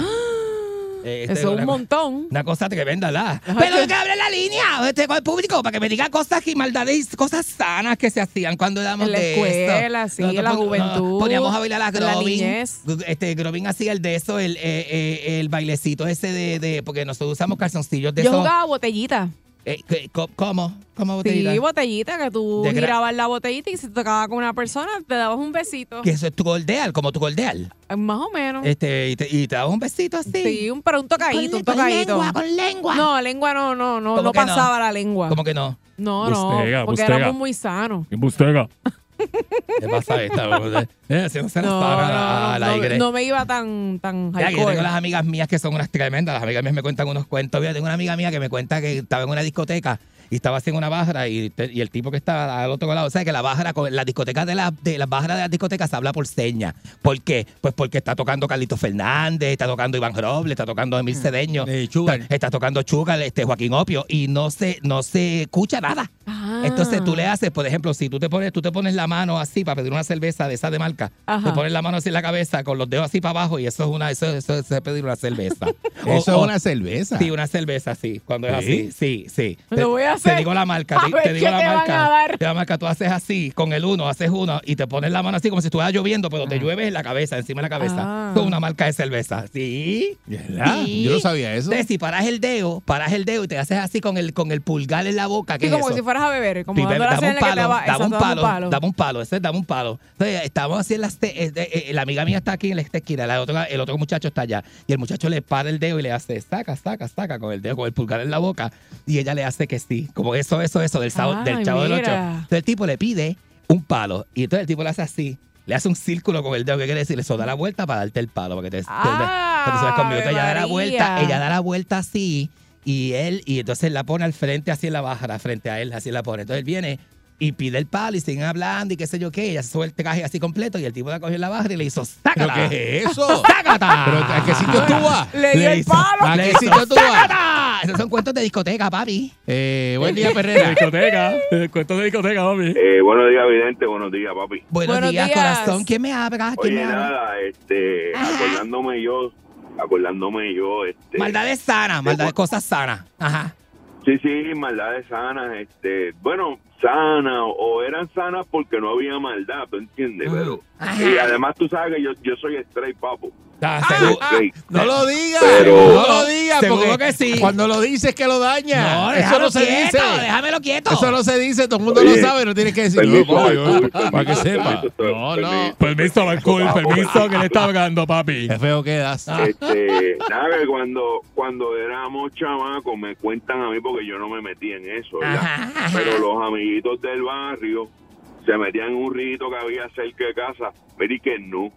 S3: Eh, este,
S5: Eso es
S3: una-
S5: un montón.
S3: Una cosa tremenda, la. Pero que abre la línea este, con el público para que me diga cosas y maldades, cosas sanas que se hacían cuando éramos
S5: En la
S3: de esto.
S5: escuela, sí, en la
S3: pon-
S5: juventud,
S3: poníamos a bailar a
S5: en la
S3: Grobin.
S5: niñez.
S3: Este, Grobin hacía el de eso, el, eh, eh, el bailecito ese de, de- Porque nosotros usamos calzoncillos de
S5: Yo
S3: esos.
S5: jugaba botellita.
S3: Eh, que- co- ¿Cómo? ¿Cómo botellita?
S5: Sí, botellita, que tú
S3: De gra-
S5: girabas la botellita y si te tocaba con una persona, te dabas un besito.
S3: Que eso es tu goldeal, como tu goldeal.
S5: Eh, Más o menos.
S3: Este, y, te, y te dabas un besito así.
S5: Sí, un, pero un tocadito, un tocadito.
S3: con lengua.
S5: No, lengua no, no, no,
S3: ¿Cómo
S5: no
S3: que no?
S5: pasaba la lengua.
S3: ¿Cómo que no?
S5: No, no,
S6: Bustega,
S5: porque
S6: bustega.
S5: éramos muy sanos.
S6: Bustega.
S3: ¿Qué pasa esta? eh, se nos se nos
S5: No,
S3: para
S5: no,
S3: la,
S5: no,
S3: la
S5: no,
S3: igre.
S5: no me iba tan, tan
S3: Ya, que yo tengo
S5: hardcore.
S3: las amigas mías que son unas tremendas. Las amigas mías me cuentan unos cuentos. Yo tengo una amiga mía que me cuenta que estaba en una discoteca y estaba haciendo una bajra y, te- y el tipo que estaba al otro lado, o sea, que la bajra, con- la discoteca de la, de las bajras de las discotecas se habla por señas. ¿Por qué? Pues porque está tocando Carlito Fernández, está tocando Iván Robles, está tocando Emil Cedeño,
S4: Eh, Sugar.
S3: está, está tocando Chugal, este Joaquín Opio y no se, no se escucha nada.
S5: Ah.
S3: Entonces tú le haces, por ejemplo, si tú te pones, tú te pones la mano así para pedir una cerveza de esa de marca,
S5: Ajá.
S3: te pones la mano así en la cabeza con los dedos así para abajo y eso es una, eso, eso, eso es pedir una cerveza. O-
S4: Eso
S3: o-
S4: es una cerveza.
S3: Sí, una cerveza, sí. Cuando es
S4: ¿Sí?
S3: así, sí, sí.
S5: Lo voy a hacer.
S3: Te digo la marca,
S5: A
S3: te,
S5: ver
S3: te digo
S5: qué
S3: la
S5: te van
S3: marca.
S5: a dar.
S3: Te la marca, tú haces así, con el uno, haces uno y te pones la mano así como si estuviera lloviendo, pero te llueve en la cabeza, encima de la cabeza.
S5: Ah.
S3: Eso es una marca de cerveza. Sí.
S4: ¿Verdad?
S3: Sí.
S4: Yo no sabía eso.
S3: Entonces, si paras el dedo, paras el dedo y te haces así con el, con el pulgar en la boca,
S5: Sí,
S3: ¿qué es
S5: como
S3: eso?
S5: si fueras a beber, como
S3: Sí,
S5: dando
S3: bebe,
S5: la
S3: dame
S5: señal
S3: un
S5: de que te
S3: palo,
S5: va-
S3: dame un
S5: exacto, dame
S3: palo, dame un palo, ese es dame un palo. Entonces, estábamos así en las te- eh, eh, eh, la amiga mía está aquí en la esta esquina, la otra- el otro muchacho está allá y el muchacho le para el dedo y le hace saca, saca, saca con el dedo con el pulgar en la boca y ella le hace que sí, como eso, eso, eso del, sábado-
S5: Ay,
S3: del chavo del ocho.
S5: mira.
S3: Entonces el tipo le pide un palo y entonces el tipo le hace así. Le hace un círculo con el dedo, ¿qué quiere decir? Eso da la vuelta para darte el palo, para que te, te-
S5: Ah,
S3: para que te subas conmigo. Entonces, ella da la
S5: María.
S3: vuelta, ella da la vuelta así y él, y entonces la pone al frente, así en la baja, frente a él, así la pone. Entonces él viene y pide el palo y siguen hablando y qué sé yo qué. Ella se sube el traje así completo y el tipo la cogió en la baja y le hizo
S4: ¿Pero
S3: ¡Sácata!
S4: qué es eso? ¿Pero
S3: ¡Sácata!
S4: a qué sitio tú vas?
S5: Le dio el
S3: hizo-
S5: palo.
S4: ¿A
S3: le
S4: qué
S3: hizo
S4: sitio tú vas?
S3: ¡Sácata! Esos son cuentos de discoteca, papi.
S4: Eh, buen día, Perrera.
S6: Discoteca. eh, Cuento de discoteca, mami.
S9: Eh, buenos días, vidente, buenos días, papi.
S3: Buenos,
S5: Buenos
S3: días,
S5: días.
S3: corazón. ¿Quién me habla?
S9: Oye,
S3: ¿Quién me habla?
S9: nada, este, acordándome yo, acordándome yo, este...
S3: Maldades sanas, maldades cosas sanas. Ajá.
S9: Sí, sí, maldades sanas, este, bueno, sanas, o eran sanas porque no había maldad, ¿tú entiendes? Pero, y además tú sabes que yo, yo soy straight, papo.
S3: Ah, seguro-
S9: Straight.
S4: No lo digas.
S9: Pero-
S4: No lo digas.
S3: Seguro
S4: porque
S3: que sí.
S4: Cuando lo dices que lo daña.
S3: No,
S4: eso
S3: déjalo
S4: no se
S3: quieto,
S4: dice.
S3: déjamelo quieto.
S4: Eso no se dice. Todo el mundo
S9: Oye,
S4: lo sabe. No tienes que decir.
S9: permiso,
S4: No,
S9: permiso,
S4: coño,
S9: permiso,
S4: para que
S9: permiso,
S4: sepa.
S9: permiso,
S4: No, no.
S9: permiso.
S6: Permiso, Balcool,
S9: Papo.
S6: permiso que le está hablando, papi.
S4: Qué feo quedas.
S3: Ah.
S9: Este, nada, que cuando, cuando éramos chamacos me cuentan a mí porque yo no me metí en eso, ¿verdad?
S3: Ajá, ajá.
S9: Pero los amiguitos del barrio se metían en un rito que había cerca de casa. Mira, y que no.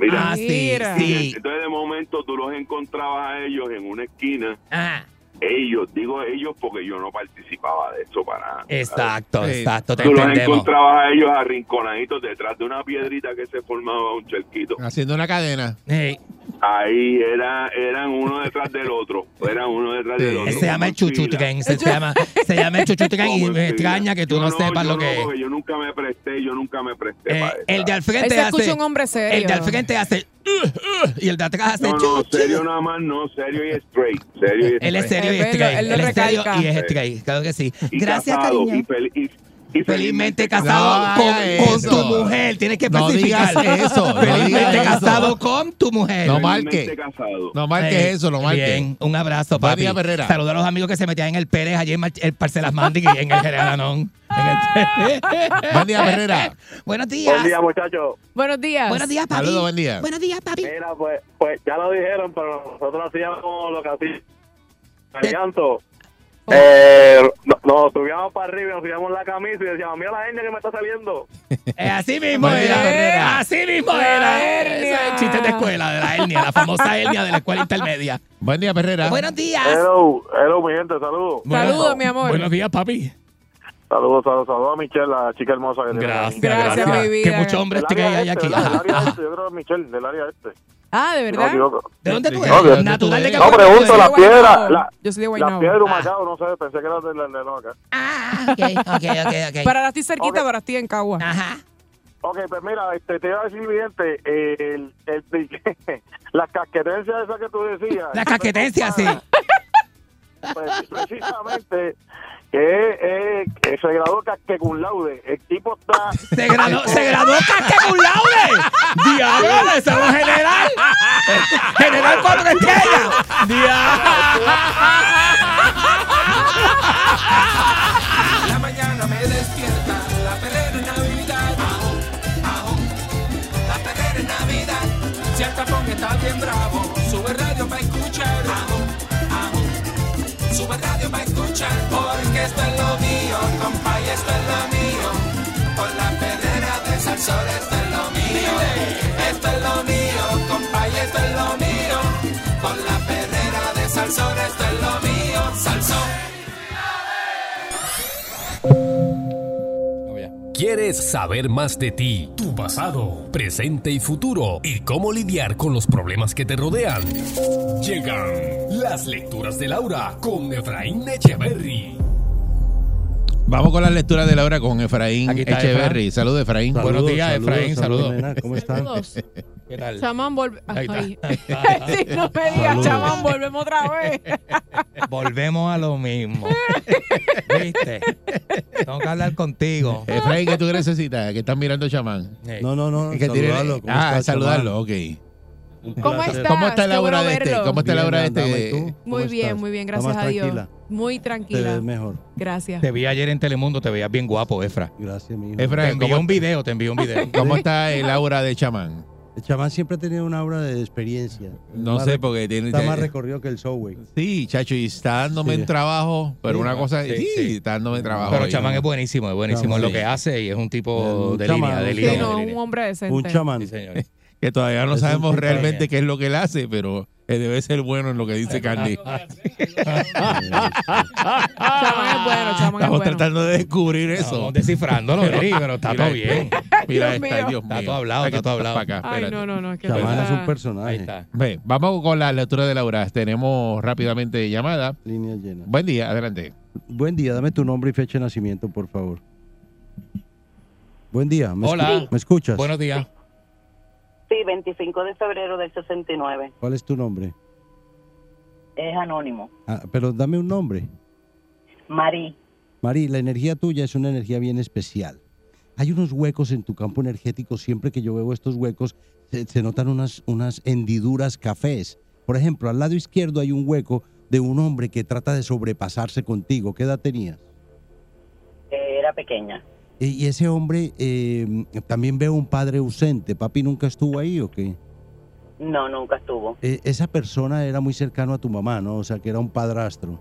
S9: Mira,
S3: Ah, sí,
S5: Mira.
S3: sí. Ah.
S9: entonces de momento tú los encontrabas a ellos en una esquina
S3: Ajá.
S9: ellos, digo ellos porque yo no participaba de eso para nada.
S3: Exacto,
S4: Sí.
S3: exacto, te
S9: Tú los
S3: entendemos.
S9: encontrabas a ellos arrinconaditos detrás de una piedrita que se formaba un charquito.
S4: Haciendo una cadena.
S3: Ey,
S9: Ahí era, eran uno detrás del otro. Eran uno detrás
S4: Sí.
S9: del otro.
S4: Él
S3: se llama el
S9: como en fila.
S3: chuchutrán, se, llama, se llama el chuchutrán y
S9: Como en
S3: me
S9: fila.
S3: extraña que tú
S9: Yo
S3: no, sepas
S9: yo
S3: lo
S9: no,
S3: que es.
S9: porque Yo nunca me presté, yo nunca me presté
S3: Eh,
S9: para eso.
S3: el de al
S5: Ahí
S3: frente
S5: se
S3: hace,
S5: escucha un hombre serio.
S3: el de al frente hace "Uh, uh", y el de atrás hace
S9: No, no,
S3: "Chu, chu".
S9: serio nada más, no, serio y straight. Serio y
S3: Él es
S9: straight.
S3: serio y
S5: Él
S3: es
S5: lo-
S3: gay.
S5: él lo
S3: Él es serio
S5: recalca.
S3: y es gay, claro que sí.
S9: Y
S3: Gracias,
S9: casado,
S3: cariño.
S9: Y, fel- y- y
S3: Felizmente casado
S4: No
S3: con,
S4: haga
S3: con
S4: eso.
S3: tu mujer. Tienes que
S4: No
S3: especificar.
S4: digas eso, no
S3: Felizmente
S4: digas eso.
S3: casado con tu mujer.
S4: No
S9: felizmente
S4: marque.
S9: casado.
S4: No marques
S3: Eh,
S4: eso, no marques.
S3: Bien, un abrazo,
S4: Buen
S3: papi.
S4: día, Perrera.
S3: Saluda a los amigos que se metían en el Pérez, allí en Mar- el Parcelas Mandy y en el Geranón. En el-
S4: Buen día, Herrera.
S3: Buenos días.
S8: Buen día, muchachos.
S5: Buenos días.
S3: Buenos días, papi.
S4: Saludos, buen día.
S3: Buenos días, papi.
S8: Mira, pues, pues ya lo dijeron, pero nosotros hacíamos lo que hacíamos. El llanto.
S5: Oh.
S8: Eh, no- nos subíamos para arriba, y nos subíamos la camisa y decíamos, mira la gente que me está saliendo.
S3: Eh, así mismo
S4: Buen día,
S3: era.
S4: Herrera.
S3: Así mismo
S5: La
S3: era.
S5: hernia.
S3: Ese es el chiste de escuela, de la hernia, la famosa hernia de la escuela intermedia.
S4: Buen día, Herrera.
S3: Buenos días.
S8: Hello, hello, mi gente, saludos.
S5: Saludos, mi amor.
S3: Buenos días, papi.
S8: Saludos, saludos, saludos a Michelle, la chica hermosa que
S3: Gracias,
S8: tiene.
S5: Gracias,
S3: gracias.
S5: mi vida.
S3: Que muchos hombres
S8: Del
S3: te
S8: área
S3: hay
S8: este,
S3: aquí.
S8: ¿verdad? Del
S3: Ajá,
S8: área
S3: ajá.
S8: este, yo creo que Michelle, del área este.
S5: Ah, ¿de
S8: Si no me
S5: verdad?
S8: equivoco.
S3: ¿De dónde tú
S4: Sí,
S3: eres?
S8: no, de-
S3: Natural de
S4: no,
S8: No,
S3: Caguas.
S5: Yo soy
S8: pregunto,
S5: de
S8: la
S5: Guaynabo.
S8: piedra, la,
S5: Yo soy de
S8: la
S5: Guaynabo. Ah.
S8: piedra de Humacao, no sé, pensé que era de la de la acá.
S3: Ah, ok, ok, ok, ok.
S5: Para ti cerquita,
S8: Ok.
S5: para ti en Cagua.
S3: Ajá.
S8: Ok, pues mira, este, te iba a decir, mi gente, eh, el, el, la casquetencia esa que tú decías.
S3: La casquetencia, sí.
S8: Pues, precisamente, que eh, que se graduó casque cum laude. El tipo está...
S3: Se graduó, se graduó Casque cum laude. Diablo, ese es un general. General cuatro estrellas.
S2: La mañana me despierta la pelea de Navidad. Ajo, ajo, la pelea de Navidad. Si el tapón está bien bravo, sube el radio para escuchar. Ajo, ajo, sube el radio para escuchar. Porque esto es lo mío, compa, y esto es lo mío. Con la pedrera de Salsor, esto es lo mío. Esto es lo mío, compa, y esto es lo mío. Con la pedrera de Salsor, esto es lo mío. Salsón.
S1: ¿Quieres saber más de ti, tu pasado, presente y futuro y cómo lidiar con los problemas que te rodean? Llegan las lecturas de Laura con Efraín Echeverry.
S4: Vamos con la lectura de Laura con Efraín
S3: Aquí está,
S4: Echeverry. Saludos, Efraín.
S3: Buenos días, Efraín, saludos.
S10: nena, ¿Cómo están?
S5: Saludos.
S3: ¿Qué tal?
S5: Chamán, vuelve.
S3: Ahí está.
S5: Ay, sí, no me digas,
S10: Saludos.
S5: chamán, volvemos otra vez.
S3: Volvemos a lo mismo. ¿Viste? Tengo que hablar contigo.
S4: Efraín, ¿qué tú necesitas? Que estás mirando chamán.
S3: Ey.
S10: No, no, no.
S4: Que tiene-
S10: saludarlo. ¿cómo
S4: ah,
S10: estás,
S4: saludarlo, ok.
S10: chamán? Un
S5: ¿Cómo
S10: placer.
S5: estás?
S4: ¿Cómo está la
S5: Qué bueno
S4: hora de este?
S5: verlo.
S4: ¿Cómo está la
S10: Bien,
S4: hora de
S10: andamos, ¿y
S4: este?
S10: tú? ¿Cómo
S5: Muy bien,
S10: estás?
S5: muy bien,
S10: ¿Estás
S5: gracias
S10: más
S5: a Dios.
S10: tranquila?
S5: Muy
S10: Te
S5: tranquila.
S10: ves mejor.
S5: Gracias.
S3: Te vi ayer en Telemundo, te veías bien guapo, Efra.
S10: Gracias, mi hijo.
S3: Te
S4: Efraín,
S3: envié
S4: ¿cómo,
S3: un video, te envié un video.
S4: cómo
S3: eh?
S4: está el aura de chamán?
S10: Eh, El chamán siempre ha tenido una aura de experiencia.
S4: No
S10: Más
S4: sé,
S10: rec-
S4: porque tiene.
S10: Está más recorrido que el Subway.
S4: Sí, chacho, y está dándome
S10: Sí.
S4: en trabajo, pero
S10: Sí,
S4: una cosa.
S3: sí,
S4: Sí,
S3: sí.
S4: está dándome trabajo.
S3: Pero
S4: y-
S3: Chamán es buenísimo, es buenísimo en lo
S4: Sí.
S3: que hace y es un tipo
S10: Un
S3: de
S10: chamán,
S3: línea, de
S10: un
S5: Sí,
S3: línea.
S10: chamán.
S5: no,
S3: de
S5: un
S3: línea.
S5: hombre decente.
S10: Un chamán.
S3: Sí, señor.
S4: Que todavía no
S10: Es un
S4: sabemos
S10: tipo de-
S4: realmente qué es lo que él hace, pero eh, debe ser bueno en lo que dice Candy.
S5: Chamán es bueno, chamán es
S4: Estamos
S5: bueno.
S4: tratando de descubrir eso.
S3: Estamos descifrándolo, Eri, pero está
S4: Mira
S3: todo
S4: esta,
S3: bien.
S4: Mira
S5: Dios
S4: esta,
S5: mío.
S4: Dios mío.
S3: Está todo hablado,
S4: Aquí
S3: está todo hablado.
S4: para acá,
S5: Ay,
S4: espérate.
S5: no, no, no. es que
S4: Pues,
S10: Chamán
S5: está-
S10: es
S4: Ah.
S10: un personaje.
S3: Ahí está.
S4: Ve, vamos con la lectura de Laura. Tenemos rápidamente llamada.
S10: Línea llena.
S4: Buen día, adelante.
S10: Buen día, dame tu nombre y fecha de nacimiento, por favor. Buen día. ¿Me
S3: Hola.
S10: escu- ¿Me escuchas?
S3: Buenos días.
S11: Sí, 25 de febrero del 69.
S10: ¿Cuál es tu nombre?
S11: Es anónimo.
S10: Ah, pero dame un nombre.
S11: Marí.
S10: Mari, la energía tuya es una energía bien especial. Hay unos huecos en tu campo energético, siempre que yo veo estos huecos, se, se notan unas, unas hendiduras cafés. Por ejemplo, al lado izquierdo hay un hueco de un hombre que trata de sobrepasarse contigo. ¿Qué edad tenías?
S11: eh, Era pequeña.
S10: E- Y ese hombre, eh, también veo un padre ausente. ¿Papi nunca estuvo ahí o qué?
S11: No, nunca estuvo.
S10: E- esa persona era muy cercano a tu mamá, ¿no? O sea, que era un padrastro.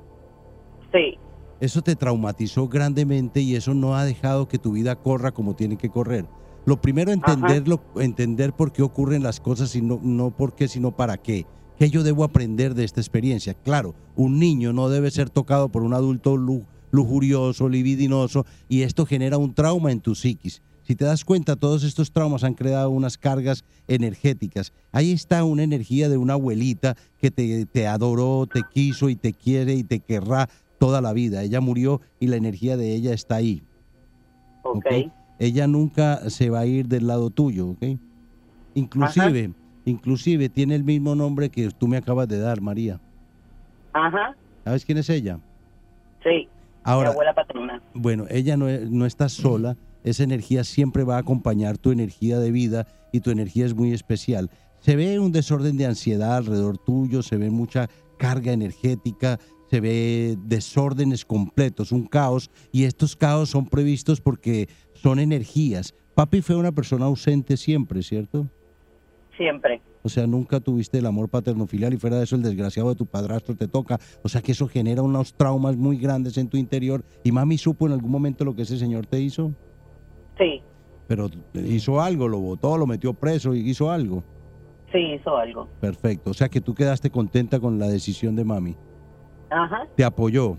S11: Sí,
S10: Eso te traumatizó grandemente y eso no ha dejado que tu vida corra como tiene que correr. Lo primero, entender, lo- entender por qué ocurren las cosas y no, no por qué, sino para qué. ¿Qué yo debo aprender de esta experiencia? Claro, un niño no debe ser tocado por un adulto lu- lujurioso, libidinoso, y esto genera un trauma en tu psiquis. Si te das cuenta, todos estos traumas han creado unas cargas energéticas. Ahí está una energía de una abuelita que te, te adoró, te quiso y te quiere y te querrá toda la vida. Ella murió y la energía de ella está ahí.
S11: Ok.
S10: Ella nunca se va a ir del lado tuyo, ¿ok? Inclusive, inclusive tiene el mismo nombre que tú me acabas de dar, María.
S11: Ajá,
S10: ¿Sabes quién es ella?
S11: sí.
S10: Ahora-
S11: Mi abuela patrona.
S10: Bueno, ella no, e, no está sola, esa energía siempre va a acompañar tu energía de vida y tu energía es muy especial. Se ve un desorden de ansiedad alrededor tuyo, se ve mucha carga energética, se ve desórdenes completos, un caos y estos caos son previstos porque son energías. Papi fue una persona ausente siempre, ¿cierto?
S11: Siempre.
S10: O sea, nunca tuviste el amor paternofilial y fuera de eso el desgraciado de tu padrastro te toca. O sea que eso genera unos traumas muy grandes en tu interior. ¿Y mami supo en algún momento lo que ese señor te hizo?
S11: Sí,
S10: Pero hizo algo, lo botó, lo metió preso, y hizo algo.
S11: sí, hizo algo.
S10: Perfecto. O sea que tú quedaste contenta con la decisión de mami.
S11: Ajá,
S10: te apoyó.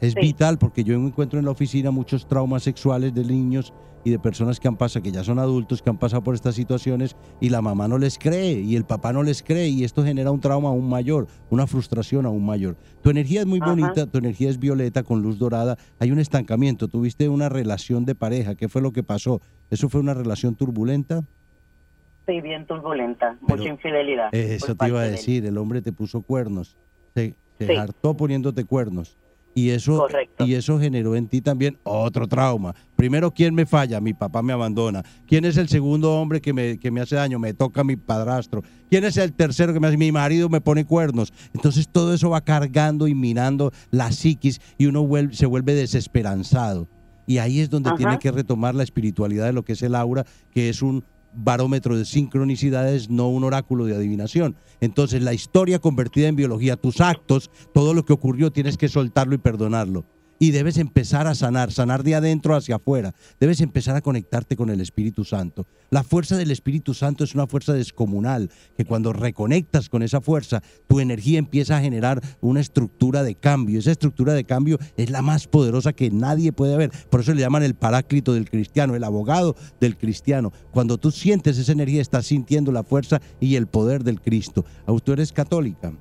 S10: Es
S11: Sí.
S10: vital porque yo encuentro en la oficina muchos traumas sexuales de niños y de personas que han pasado, que ya son adultos, que han pasado por estas situaciones y la mamá no les cree y el papá no les cree y esto genera un trauma aún mayor, una frustración aún mayor. Tu energía es muy
S12: Ajá.
S10: bonita, tu energía es violeta con luz dorada, hay un estancamiento, tuviste una relación de pareja, ¿qué fue lo que pasó? ¿Eso fue una relación turbulenta?
S11: sí, bien turbulenta. mucha infidelidad.
S10: Eh, Eso
S11: por
S10: te iba a
S11: parte de él.
S10: decir, el hombre te puso cuernos, se, se
S11: Sí.
S10: hartó poniéndote cuernos. Y eso, y eso generó en ti también otro trauma. Primero, ¿quién me falla? Mi papá me abandona. ¿Quién es el segundo hombre que me, que me hace daño? Me toca mi padrastro. ¿Quién es el tercero que me hace? Mi marido me pone cuernos. Entonces todo eso va cargando y minando la psiquis y uno vuel- se vuelve desesperanzado. Y ahí es donde
S12: Ajá.
S10: tiene que retomar la espiritualidad de lo que es el aura, que es un barómetro de sincronicidades, no un oráculo de adivinación. Entonces, la historia convertida en biología, tus actos, todo lo que ocurrió, tienes que soltarlo y perdonarlo. Y debes empezar a sanar, sanar de adentro hacia afuera. Debes empezar a conectarte con el Espíritu Santo. La fuerza del Espíritu Santo es una fuerza descomunal, que cuando reconectas con esa fuerza, tu energía empieza a generar una estructura de cambio. Esa estructura de cambio es la más poderosa que nadie puede haber. Por eso le llaman el paráclito del cristiano, el abogado del cristiano. Cuando tú sientes esa energía, estás sintiendo la fuerza y el poder del Cristo. Ah, Tú eres católica,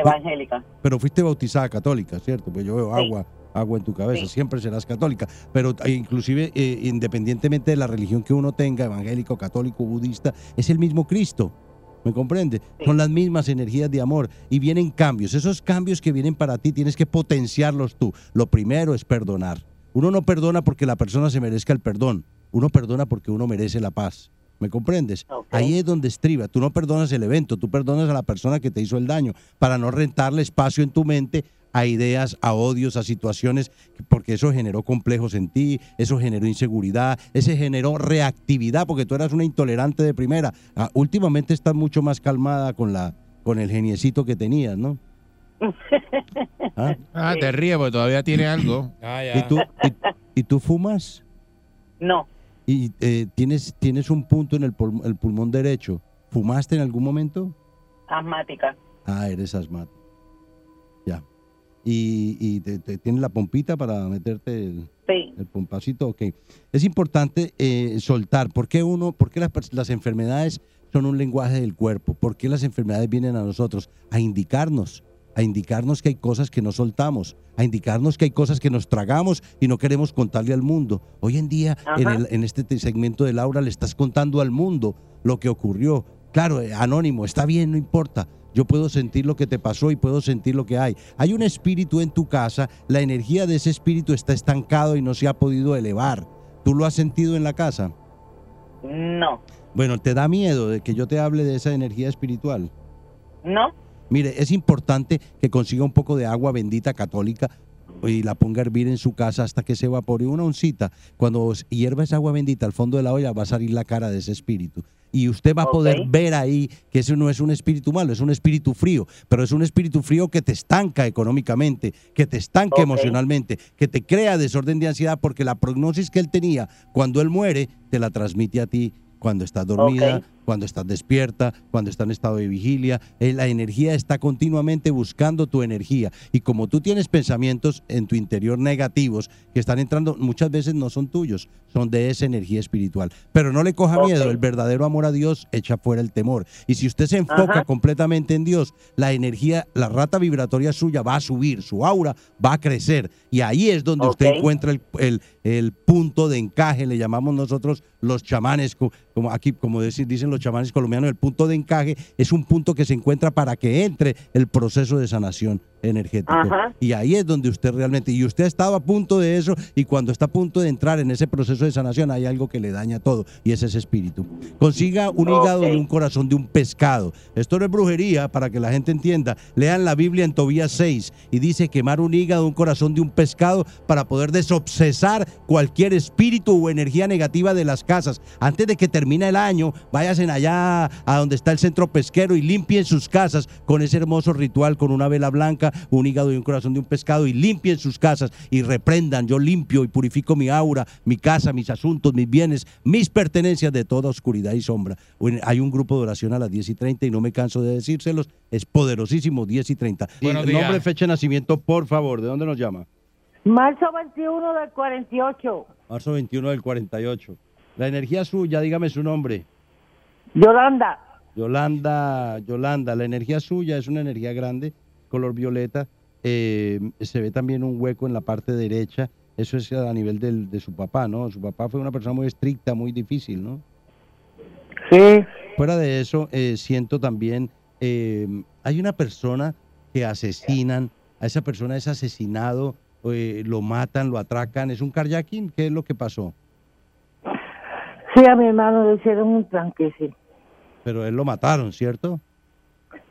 S11: Evangélica.
S10: pero fuiste bautizada católica, ¿cierto? Pues yo veo
S11: Sí.
S10: agua. Agua en tu cabeza, siempre serás católica, pero eh, inclusive eh, independientemente de la religión que uno tenga, evangélico, católico, budista, es el mismo Cristo. ¿Me comprende? Son las mismas energías de amor y vienen cambios. Esos cambios que vienen para ti tienes que potenciarlos tú. Lo primero es perdonar. Uno no perdona porque la persona se merezca el perdón. Uno perdona porque uno merece la paz. ¿Me comprendes? Ahí es donde estriba. Tú no perdonas el evento, tú perdonas a la persona que te hizo el daño para no rentarle espacio en tu mente a ideas, a odios, a situaciones, porque eso generó complejos en ti, eso generó inseguridad, ese generó reactividad, porque tú eras una intolerante de primera. Ah, últimamente estás mucho más calmada con la con el geniecito que tenías, ¿no? ¿Ah?
S4: Ah, te ríes porque todavía tiene algo.
S3: Ah,
S10: ¿Y tú, y- y tú fumas?
S11: No,
S10: ¿Y eh, tienes, tienes un punto en el, pul- el pulmón derecho? ¿Fumaste en algún momento?
S11: asmática.
S10: Ah, eres asmático. Ya. ¿Y, y te, te- tienes la pompita para meterte el,
S11: Sí.
S10: el pompacito? Ok. Es importante eh, soltar. ¿Por qué, uno, por qué las, pers- las enfermedades son un lenguaje del cuerpo? ¿Por qué las enfermedades vienen a nosotros? A indicarnos. A indicarnos que hay cosas que no soltamos. A indicarnos que hay cosas que nos tragamos y no queremos contarle al mundo. Hoy en día, en,
S12: Ajá.
S10: el- en este te- segmento de Laura, le estás contando al mundo lo que ocurrió. Claro, eh, anónimo, está bien, no importa. Yo puedo sentir lo que te pasó y puedo sentir lo que hay. Hay un espíritu en tu casa, la energía de ese espíritu está estancado y no se ha podido elevar. ¿Tú lo has sentido en la casa?
S11: No,
S10: Bueno, ¿te da miedo de que yo te hable de esa energía espiritual?
S11: no,
S10: Mire, es importante que consiga un poco de agua bendita católica y la ponga a hervir en su casa hasta que se evapore una oncita. Cuando os- hierva esa agua bendita al fondo de la olla va a salir la cara de ese espíritu. Y usted va a poder ver ahí que eso no es un espíritu malo, es un espíritu frío, pero es un espíritu frío que te estanca económicamente, que te estanca
S12: Ok.
S10: emocionalmente, que te crea desorden de ansiedad porque la prognosis que él tenía cuando él muere te la transmite a ti cuando estás dormida,
S12: Ok.
S10: cuando estás despierta, cuando estás en estado de vigilia. Eh, La energía está continuamente buscando tu energía. Y como tú tienes pensamientos en tu interior negativos que están entrando, muchas veces no son tuyos, son de esa energía espiritual. Pero no le coja miedo, el verdadero amor a Dios echa fuera el temor. Y si usted se enfoca
S12: Ajá.
S10: completamente en Dios, la energía, la rata vibratoria suya va a subir, su aura va a crecer. Y ahí es donde usted
S12: Ok.
S10: encuentra el, el- el punto de encaje, le llamamos nosotros los chamanes, co- como aquí, como deci- dicen los chamanes colombianos, el punto de encaje es un punto que se encuentra para que entre el proceso de sanación energética.
S12: Ajá.
S10: Y ahí es donde usted realmente, y usted estaba a punto de eso, y cuando está a punto de entrar en ese proceso de sanación, hay algo que le daña todo, y es ese espíritu. Consiga un hígado de un corazón de un pescado. Esto no es brujería, para que la gente entienda. Lean la Biblia en Tobías 6, y dice quemar un hígado, un corazón de un pescado, para poder desobsesar cualquier espíritu o energía negativa de las casas. Antes de que termine el año, váyanse allá a donde está el centro pesquero y limpien sus casas con ese hermoso ritual, con una vela blanca, un hígado y un corazón de un pescado, y limpien sus casas y reprendan. Yo limpio y purifico mi aura, mi casa, mis asuntos, mis bienes, mis pertenencias de toda oscuridad y sombra. Bueno, Hay un grupo de oración a las 10 y 30 y no me canso de decírselos. Es poderosísimo, 10 y 30.
S3: Buenos
S10: Y
S3: días.
S10: Nombre, fecha de nacimiento, por favor. ¿De dónde nos llama?
S13: Marzo 21 del 48.
S10: Marzo 21 del 48. La energía suya, dígame su nombre.
S13: Yolanda.
S10: Yolanda, Yolanda, la energía suya es una energía grande, color violeta. eh, se ve también un hueco en la parte derecha. Eso es a nivel del- de su papá, ¿no? Su papá fue una persona muy estricta, muy difícil, ¿no?
S13: Sí.
S10: Fuera de eso, eh, siento también, eh, hay una persona que asesinan, a esa persona es asesinado, eh, lo matan, lo atracan, es un carjacking, ¿qué es lo que pasó?
S13: Sí, a mi hermano le hicieron un tranque, sí.
S10: Pero él lo mataron, ¿cierto?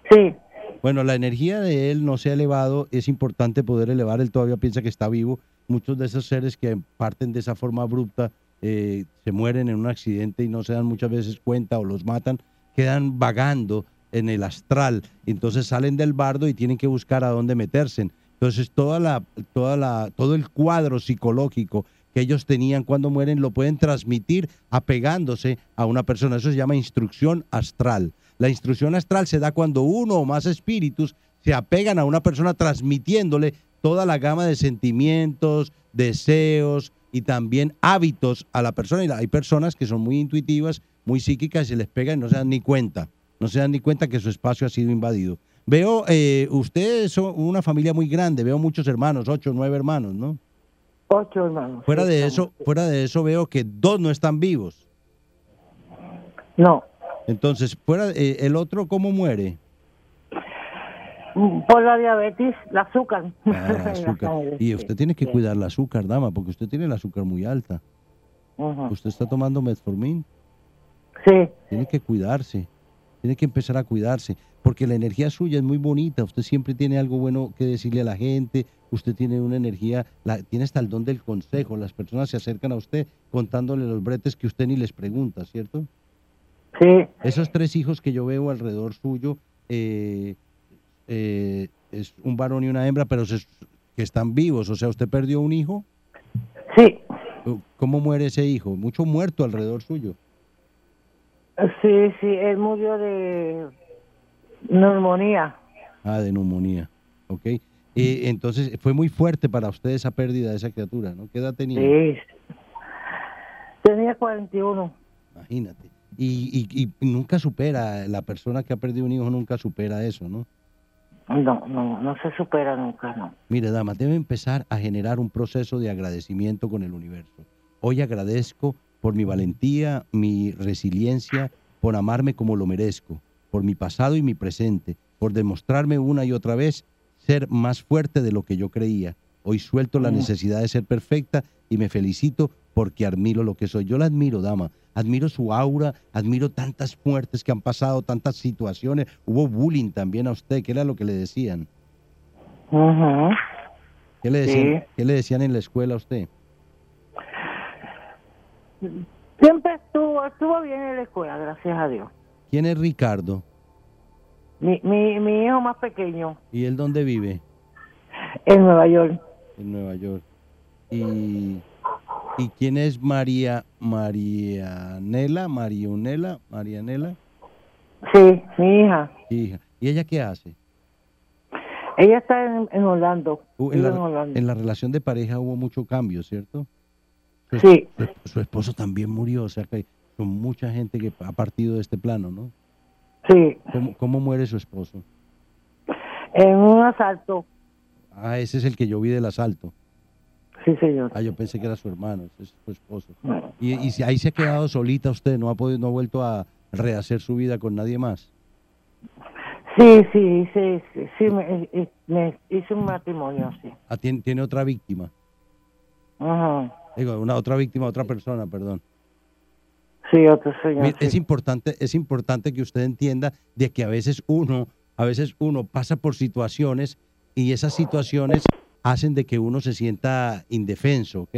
S13: Sí.
S10: Bueno, la energía de él no se ha elevado, es importante poder elevar, él todavía piensa que está vivo. Muchos de esos seres que parten de esa forma abrupta, eh, se mueren en un accidente y no se dan muchas veces cuenta o los matan, quedan vagando en el astral. Entonces salen del bardo y tienen que buscar a dónde meterse. Entonces toda la, toda la, todo el cuadro psicológico que ellos tenían cuando mueren lo pueden transmitir apegándose a una persona. Eso se llama instrucción astral. La instrucción astral se da cuando uno o más espíritus se apegan a una persona transmitiéndole toda la gama de sentimientos, deseos y también hábitos a la persona. Y la- hay personas que son muy intuitivas, muy psíquicas y se les pega y no se dan ni cuenta. No se dan ni cuenta que su espacio ha sido invadido. Veo, eh, ustedes son una familia muy grande, veo muchos hermanos, ocho, nueve hermanos, ¿no?
S13: Ocho hermanos.
S10: Fuera
S13: Sí,
S10: de
S13: estamos.
S10: eso, fuera de eso veo que dos no están vivos.
S13: No.
S10: Entonces, fuera eh, el otro cómo muere?
S13: Mm, Por la diabetes, la azúcar.
S10: Ah, el azúcar. Y usted tiene que cuidar el azúcar, dama, porque usted tiene el azúcar muy alta.
S13: Ujú.
S10: Usted está tomando metformin.
S13: Sí.
S10: Tiene que cuidarse. Tiene que empezar a cuidarse, porque la energía suya es muy bonita. Usted siempre tiene algo bueno que decirle a la gente. Usted tiene una energía, la, tiene hasta el don del consejo. Las personas se acercan a usted contándole los bretes que usted ni les pregunta, ¿cierto?
S13: Sí.
S10: Esos tres hijos que yo veo alrededor suyo, eh, eh, es un varón y una hembra, pero se- que están vivos. O sea, ¿usted perdió un hijo?
S13: Sí.
S10: ¿Cómo muere ese hijo? Mucho muerto alrededor suyo.
S13: Sí, sí, él murió de neumonía.
S10: Ah, de neumonía. ¿Ok? Eh, entonces, fue muy fuerte para usted esa pérdida de esa criatura, ¿no? ¿Qué edad tenía?
S13: Sí. Tenía 41.
S10: Imagínate. Y, y- y nunca supera, la persona que ha perdido un hijo nunca supera eso, ¿no?
S13: No, no, no se supera nunca, no.
S10: Mire, dama, debe empezar a generar un proceso de agradecimiento con el universo. Hoy agradezco por mi valentía, mi resiliencia, por amarme como lo merezco, por mi pasado y mi presente, por demostrarme una y otra vez ser más fuerte de lo que yo creía. Hoy suelto la necesidad de ser perfecta y me felicito porque admiro lo que soy. Yo la admiro, dama. Admiro su aura, admiro tantas muertes que han pasado, tantas situaciones. Hubo bullying también a usted, que era lo que le decían. ¿Qué le decían,
S13: Sí.
S10: qué le decían en la escuela a usted?
S13: Siempre estuvo, estuvo bien en la escuela, gracias a Dios.
S10: ¿Quién es Ricardo?
S13: Mi, mi, mi hijo más pequeño,
S10: ¿Y él dónde vive?
S13: en Nueva York.
S10: En Nueva York. ¿Y, y quién es María Marianela? Marionela, Marianela.
S13: Sí, mi hija.
S10: Hija. ¿Y ella qué hace?
S13: Ella está en, en Orlando.
S10: Uh, en,
S13: vive
S10: la,
S13: en Orlando.
S10: en la relación de pareja hubo mucho cambio, ¿cierto? Su es-
S13: Sí.
S10: Su, su esposo también murió, o sea que son mucha gente que ha partido de este plano, ¿no?
S13: Sí.
S10: ¿Cómo, cómo muere su esposo?
S13: En un asalto.
S10: Ah, ese es el que yo vi del asalto.
S13: Sí, señor.
S10: Ah, yo pensé que era su hermano, ese es su esposo. Y, y si ahí se ha quedado solita usted, no ha podido, no ha vuelto a rehacer su vida con nadie más.
S13: Sí, sí, sí, sí, sí, me, eh, me hice un matrimonio, sí.
S10: Ah, tiene, tiene otra víctima.
S13: Ajá.
S10: Digo, una otra víctima, otra persona, perdón.
S13: Sí, otro señor.
S10: Mira, es
S13: sí.
S10: importante, es importante que usted entienda de que a veces uno, a veces uno pasa por situaciones y esas situaciones hacen de que uno se sienta indefenso, ¿ok?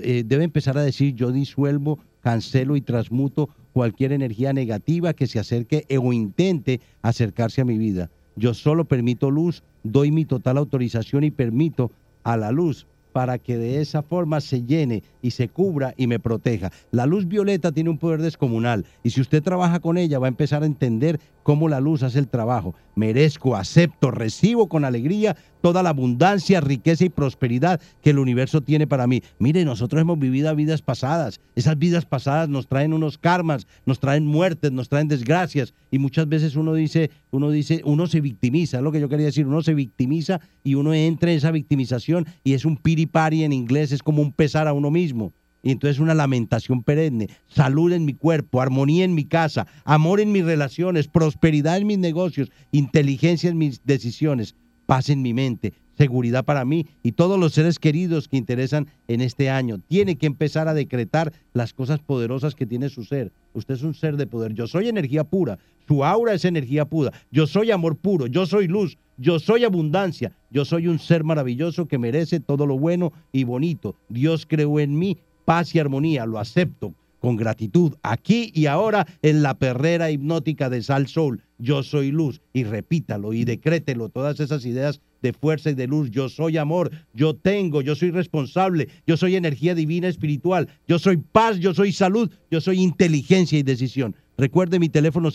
S10: Eh, debe empezar a decir yo disuelvo, cancelo y transmuto cualquier energía negativa que se acerque e o intente acercarse a mi vida. Yo solo permito luz, doy mi total autorización y permito a la luz para que de esa forma se llene y se cubra y me proteja. La luz violeta tiene un poder descomunal y si usted trabaja con ella va a empezar a entender cómo la luz hace el trabajo. Merezco, acepto, recibo con alegría toda la abundancia, riqueza y prosperidad que el universo tiene para mí. Mire, nosotros hemos vivido vidas pasadas. Esas vidas pasadas nos traen unos karmas, nos traen muertes, nos traen desgracias y muchas veces uno dice, uno dice, uno se victimiza, es lo que yo quería decir, uno se victimiza y uno entra en esa victimización y es un piripari en inglés, es como un pesar a uno mismo. Y entonces una lamentación perenne, salud en mi cuerpo, armonía en mi casa, amor en mis relaciones, prosperidad en mis negocios, inteligencia en mis decisiones, paz en mi mente, seguridad para mí y todos los seres queridos que interesan en este año. Tiene que empezar a decretar las cosas poderosas que tiene su ser. Usted es un ser de poder. Yo soy energía pura. Su aura es energía pura. Yo soy amor puro. Yo soy luz. Yo soy abundancia. Yo soy un ser maravilloso que merece todo lo bueno y bonito. Dios creó en mí paz y armonía. Lo acepto con gratitud aquí y ahora en la perrera hipnótica de Sal Soul. Yo soy luz y repítalo y decrételo todas esas ideas de fuerza y de luz. Yo soy amor, yo tengo, yo soy responsable, yo soy energía divina espiritual, yo soy paz, yo soy salud, yo soy inteligencia y decisión. Recuerde mi teléfono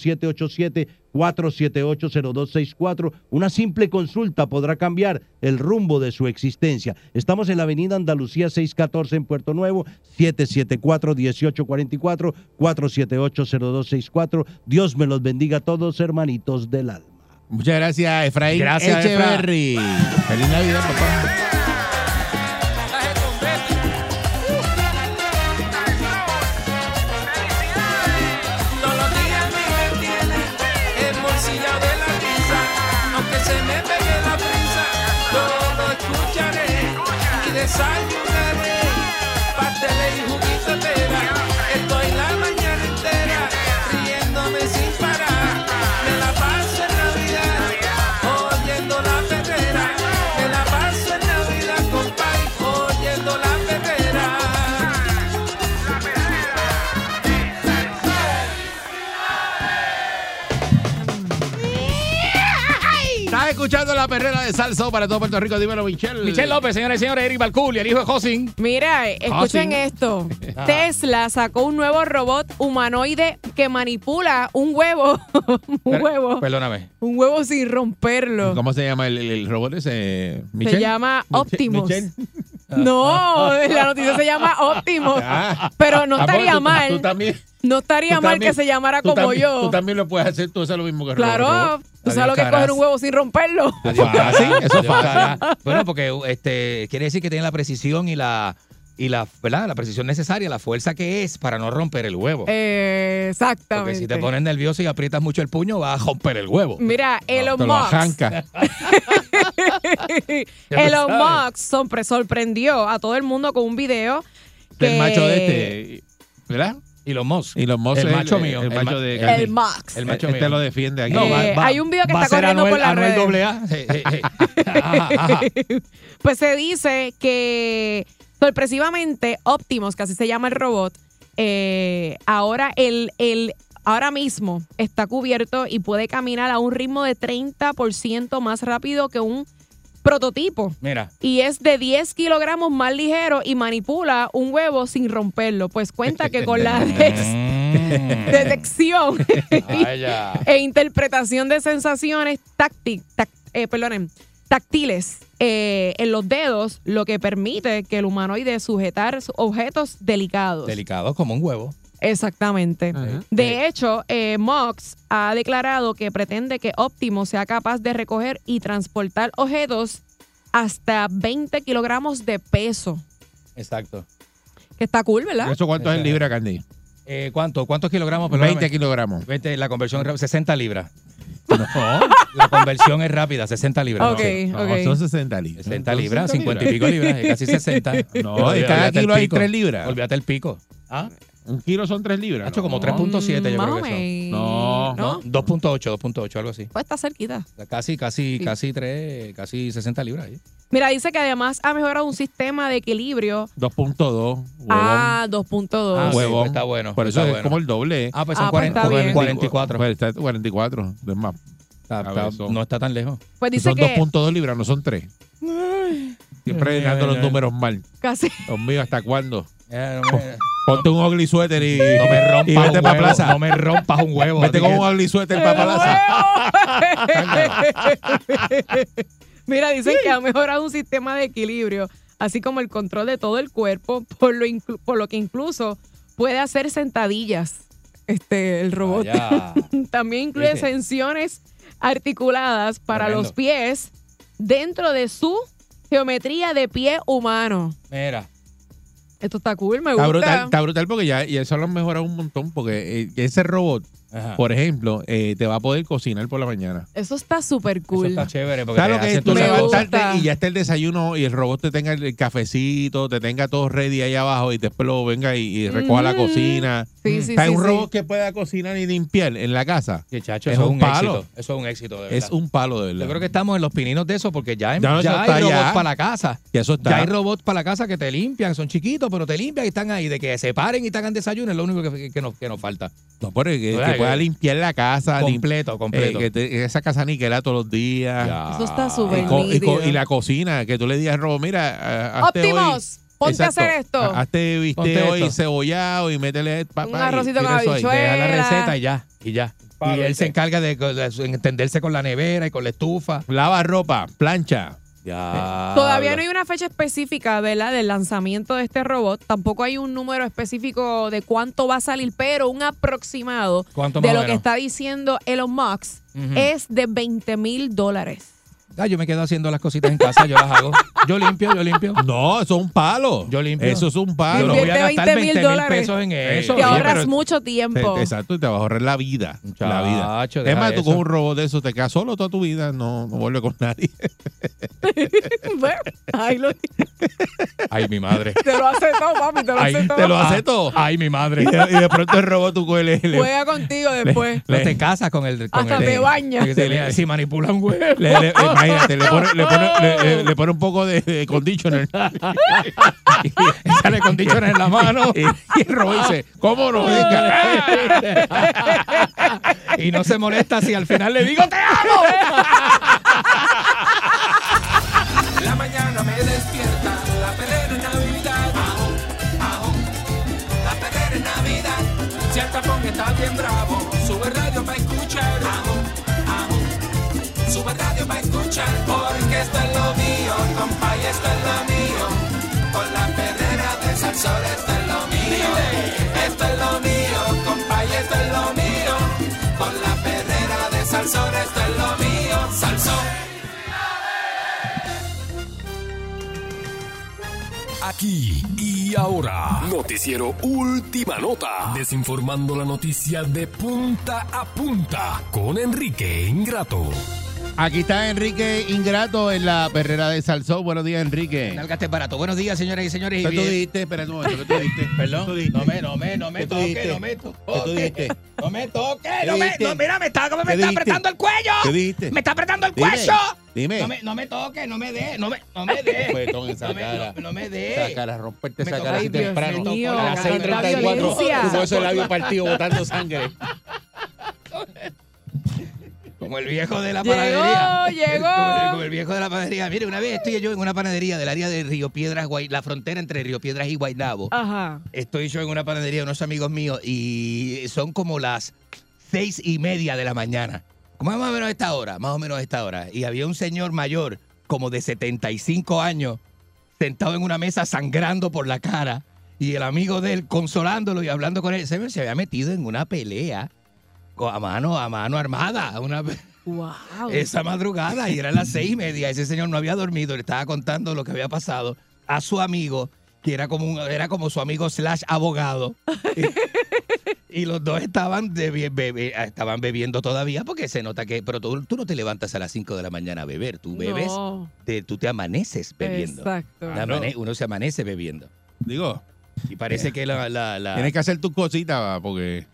S10: 787-478-0264. Una simple consulta podrá cambiar el rumbo de su existencia. Estamos en la Avenida Andalucía 614 en Puerto Nuevo, 774-1844, 478-0264. Dios me los bendiga a todos, hermanitos del alma.
S4: Muchas gracias, Efraín
S10: Gracias,
S4: Echeverry. Feliz Navidad, papá.
S2: Todos los días me detienen, embolsillado de la risa, aunque se me pegue la prisa, todo lo escucharé y desayunaré, pasteles y juguito entera, estoy la mañana entera, riéndome sin parar, me la paso en Navidad, oyendo la perrera, me la paso en Navidad, compadre, oyendo la perrera.
S4: Estás escuchando la perrera de Salso para todo Puerto Rico. Dímelo, Michelle.
S3: Michelle López, señores y señores, Eric Balculi, el hijo de Josín.
S4: Ah,
S5: Mira, escuchen
S3: sí.
S5: esto.
S3: Ah.
S5: Tesla sacó un nuevo robot humanoide que manipula un huevo. un huevo.
S4: Perdóname.
S5: Un huevo sin romperlo.
S4: ¿Cómo se llama el, el- el robot ese? Michelle.
S5: Se llama
S4: Michelle- Ah.
S5: Optimus.
S4: Michelle.
S5: No, la noticia se llama Optimus. Pero no
S4: Amor,
S5: estaría
S4: Ah. tú-
S5: mal.
S4: Tú también.
S5: No estaría
S4: tú
S5: mal
S4: también-
S5: que se llamara
S4: tú
S5: como
S4: también-
S5: yo.
S4: Tú también lo puedes hacer, tú haces lo mismo que el
S5: claro,
S4: robot.
S5: tú sabes lo que es
S3: Adiós,
S5: coger un
S3: caras.
S5: huevo sin romperlo.
S4: Adiós, caras.
S3: Fácil, eso es
S4: Adiós, caras.
S3: fácil. Bueno, porque este, quiere decir que tiene la precisión y la y la, ¿verdad? la precisión necesaria, la fuerza que es para no romper el huevo.
S5: Eh,
S3: Porque
S5: exactamente.
S3: si te pones nervioso y aprietas mucho el puño, vas a romper el huevo.
S5: Mira, Elon
S3: te lo
S5: Musk.
S3: arranca. Ya lo
S5: Elon
S3: sabes.
S5: Musk sorpre- sorprendió a todo el mundo con un video
S4: Del
S5: que-
S4: macho de este, ¿verdad?
S3: Y los mos.
S4: Y los mos
S3: El
S4: es
S3: macho
S4: el-
S3: mío.
S4: El, macho de
S5: El
S4: Candy.
S5: Max.
S4: El
S3: El
S4: macho
S3: macho
S4: este
S3: mío.
S4: lo defiende aquí.
S5: No, Eh, hay un video que
S3: va
S5: está
S3: a ser
S5: corriendo por
S3: Anuel-
S5: las
S3: Anuel
S5: redes.
S3: Ah, doble A. Sí, sí, Ah, sí. Ajá, ajá.
S5: Pues se dice que sorpresivamente Optimus, que así se llama el robot, eh, ahora el, el- ahora mismo está cubierto y puede caminar a un ritmo de 30% más rápido que un prototipo.
S3: Mira.
S5: Y es de 10 kilogramos más ligero y manipula un huevo sin romperlo. Pues cuenta que con la...
S4: Eh.
S5: detección
S3: Vaya.
S5: e interpretación de sensaciones táctil, tac- eh, perdonen, táctiles eh, en los dedos, lo que permite que el humanoide sujetar objetos delicados.
S3: Delicado como un huevo.
S5: Exactamente. De hecho, eh, Mox ha declarado que pretende que Optimo sea capaz de recoger y transportar objetos hasta 20 kilogramos de peso.
S3: Exacto.
S5: Que está cool, ¿verdad?
S4: ¿Eso cuánto es el libra, Candy?
S3: ¿Ah? Eh, ¿cuánto, ¿Cuántos kilogramos?
S4: 20 kilogramos.
S3: 20, la conversión es rápida, 60 libras. La conversión es rápida, 60 libras.
S5: Ok,
S3: No,
S5: ok.
S3: son
S4: 60 libras.
S3: 60 libras, 50 y pico libras, es casi 60.
S4: No,
S3: Olvídate
S4: de cada
S3: el
S4: kilo hay
S3: pico.
S4: 3 libras.
S3: Olvídate el pico. ¿Ah?
S4: Un kilo son 3 libras.
S3: Hacho, como 3.7 yo
S5: Más
S3: creo
S5: o
S3: que son.
S5: menos.
S3: No,
S5: No.
S3: no. 2.8, 2.8, algo así.
S5: Pues está cerquita.
S3: Casi, casi,
S5: Sí.
S3: casi 3, casi 60 libras. ahí.
S5: Mira, dice que además ha mejorado un sistema de equilibrio
S4: 2.2.
S5: a 2.2.
S4: Ah,
S3: sí,
S4: huevón.
S3: pues está bueno.
S4: Por
S3: pues
S4: eso
S3: está
S4: es
S3: bueno.
S4: como el doble.
S3: Ah, pues son
S5: Ah, pues está
S3: 40,
S5: bien.
S3: 44.
S4: Pues está 44. Es más.
S3: Está-
S4: A
S3: está-
S4: ver, son-
S3: no está tan lejos.
S5: Pues dice
S4: son
S5: que
S4: 2.2 libras, no son 3. Siempre
S3: Ay,
S4: dando
S3: ay,
S4: los
S3: ay.
S4: números mal.
S5: casi
S4: Dios mío, ¿hasta cuándo?
S3: Eh, no me-
S4: Ponte un ugly sweater y,
S3: No me
S4: y
S3: rompas
S4: vete
S3: un
S4: para
S3: huevo.
S4: plaza.
S3: No me rompas un huevo.
S4: vete
S3: así
S4: con
S3: que-
S4: un ugly sweater para plaza.
S5: Mira, dicen que ha mejorado un sistema de equilibrio, así como el control de todo el cuerpo, por lo, inclu- por lo que incluso puede hacer sentadillas este, el robot.
S3: Vaya.
S5: También incluye
S3: Dice.
S5: sensiones articuladas para
S3: Tremendo.
S5: los pies dentro de su geometría de pie humano.
S3: Mira.
S5: Esto está cool, me
S4: Está
S5: gusta.
S4: brutal, está brutal porque ya, ya eso lo han mejorado un montón. Porque eh, ese robot,
S3: Ajá.
S4: por ejemplo, eh, te va a poder cocinar por la mañana.
S5: Eso está súper
S3: Eso
S5: cool.
S3: está chévere porque
S4: Claro
S3: te
S4: que
S3: hace
S4: tú
S3: tu
S5: Me
S3: sabor.
S5: gusta.
S4: levantarte y ya está el desayuno y el robot te tenga el, el cafecito, te tenga todo ready ahí abajo y después lo venga y, y recoja la
S5: Mm.
S4: cocina.
S5: Sí, sí,
S4: está
S5: sí,
S4: un
S5: sí.
S4: robot que pueda cocinar y limpiar en la casa.
S3: Sí, chacho,
S4: Es
S3: eso es
S4: un
S3: un,
S4: palo.
S3: éxito. Eso es un éxito, de verdad.
S4: Es un palo de verdad.
S3: Yo creo que estamos en los pininos de eso porque ya, hay-
S4: Ya no, eso
S3: ya
S4: está
S3: hay robots
S4: ya.
S3: para la casa.
S4: Y eso está.
S3: Ya hay robots para la casa que te limpian, son chiquitos, pero te limpian y están ahí. De que se paren y te hagan desayuno es lo único que, que nos, que nos falta.
S4: No, pero que,
S3: Ay,
S4: que pueda
S3: que-
S4: limpiar la casa, lim-
S3: Completo, completo.
S4: eh, que te- esa casa niquela todos los días.
S3: Ya.
S5: Eso está
S4: Ah, Y,
S5: súper
S4: co- y co-
S5: nítido.
S4: y la cocina, que tú le digas al robot, mira, ah, hazte hoy-
S5: Optimus, ponte
S4: Exacto.
S5: a hacer esto.
S4: Ha- Hazte
S3: Ponte
S4: viste
S3: esto.
S4: hoy cebollado y métele pa-
S5: Un
S4: pa- y
S5: arrocito
S4: tira
S5: con
S4: eso ahí.
S5: habichuela.
S3: Deja la
S5: Fuera.
S3: receta y ya, y ya.
S4: Palo,
S3: y él
S4: este.
S3: se encarga de, de entenderse con la nevera y con la estufa.
S4: Lava ropa, plancha.
S3: Ya.
S5: Todavía no hay una fecha específica, ¿verdad?, del lanzamiento de este robot. Tampoco hay un número específico de cuánto va a salir, pero un aproximado
S3: ¿Cuánto
S5: de
S3: más o
S5: lo que
S3: menos?
S5: está diciendo Elon Musk
S3: Ujú.
S5: es de 20 mil dólares.
S3: Ah, yo me quedo haciendo las cositas en casa, yo las hago. Yo limpio, yo limpio.
S4: No, eso es un palo.
S3: Yo limpio.
S4: Eso es un
S3: Yo no
S4: palo.
S3: voy a
S5: Invierte
S3: gastar
S5: 20
S3: 20
S5: mil
S3: mil
S5: dólares.
S3: pesos en eso.
S5: Te
S4: oye,
S5: ahorras
S4: pero-
S5: mucho tiempo.
S4: Te- Exacto, y te va a ahorrar la vida. la vida.
S3: Muchacho,
S4: es
S3: deja
S4: más, tú
S3: eso.
S4: con un robot de eso te quedas solo toda tu vida, no, no vuelves con nadie.
S5: Ve, ahí lo-
S3: Ay, mi madre.
S5: te lo hace todo, papi, te lo
S3: Ay,
S5: hace todo.
S4: te lo hace todo.
S3: Ah. Ay, mi madre.
S4: y, de, y de pronto el robot tú coges le- le-
S5: Juega contigo después.
S3: No te casas con el. Con
S5: Hasta
S3: el-
S5: te bañas.
S3: Porque te- Si manipula un huevo.
S4: le- le- imagínate, le pone, le pone- le- le- le pone un poco de, de conditioner.
S3: y sale con dichones en la mano.
S4: Y, y el robot dice, ¿cómo no? venga?"
S3: y no se molesta si al final le digo te amo. ¿eh?
S2: La mañana me despierta la perrera en Navidad. Ajo, ajo, la perrera en Navidad. Si el tapón está bien bravo, sube el radio para escuchar. Ajo, ajo, sube el radio para escuchar. Porque esto es lo mío, compa, y esto es lo mío. Con la perrera del salsor, esto es lo mío. Esto es lo mío, compa, y esto es lo mío. Con la perrera del salsor, esto es lo mío. Salsón.
S1: Aquí y ahora, Noticiero Última Nota, desinformando la noticia de punta a punta con Enrique Ingrato.
S4: Aquí está Enrique Ingrato en la perrera de Salsón. Buenos días, Enrique.
S3: Nalgaste barato. Buenos días, señoras y señores.
S4: ¿Qué tú
S3: Bien-
S4: dijiste? Espera un momento, ¿qué tú dijiste? ¿Qué tú
S3: Perdón.
S4: dijiste?
S3: No me, no me, no me
S4: ¿Qué tú
S3: toque,
S4: dijiste?
S3: no me
S4: ¿Qué tú
S3: toque.
S4: dijiste?
S3: No me toque,
S4: ¿Qué
S3: no me,
S4: dijiste?
S3: no, mira, me está, me
S4: ¿Qué
S3: está
S4: dijiste?
S3: apretando el cuello.
S4: ¿Qué dijiste?
S3: Me está apretando el
S4: Dime,
S3: cuello.
S4: dime.
S3: No me, no me toque, no me dé, no me, no me dé.
S4: Juguetón en Pues, esa
S3: Eh, no, me,
S4: cara.
S3: no, no me
S4: Esa
S3: dé.
S4: cara, romperte esa
S3: Me
S4: cara
S3: tocó-
S4: así
S3: Ay, Dios
S4: temprano.
S5: mío,
S4: a las
S5: tanta
S4: 6:34,
S5: violencia.
S4: con eso el labio partido, botando sangre.
S3: Como el viejo de la
S2: Llegó,
S3: panadería.
S2: llegó.
S3: Como el, como el viejo de la panadería. Mire, una vez estoy yo en una panadería del área de Río Piedras, Guay- la frontera entre Río Piedras y Guaynabo.
S2: Ah.
S5: Ajá.
S3: Estoy yo en una panadería, unos amigos míos, y son como las seis y media de la mañana. Como más o menos a esta hora, más o menos a esta hora. Y había un señor mayor, como de 75 años, sentado en una mesa sangrando por la cara. Y el amigo de él consolándolo y hablando con él. Se, se había metido en una pelea co- a mano, a mano armada. Una, pe-
S5: Wow.
S3: esa madrugada y eran las seis y media. Ese señor no había dormido, le estaba contando lo que había pasado a su amigo, que era como, un- era como su amigo slash abogado. y, y los dos estaban, de, bie- bebe- estaban bebiendo todavía porque se nota que... Pero tú, tú no te levantas a las cinco de la mañana a beber, tú bebes,
S2: No.
S3: te- tú te amaneces bebiendo.
S2: Exacto.
S3: Te amane- uno se amanece bebiendo.
S4: Digo.
S3: Y parece que la... la- la-
S4: Tienes que hacer tus cositas porque.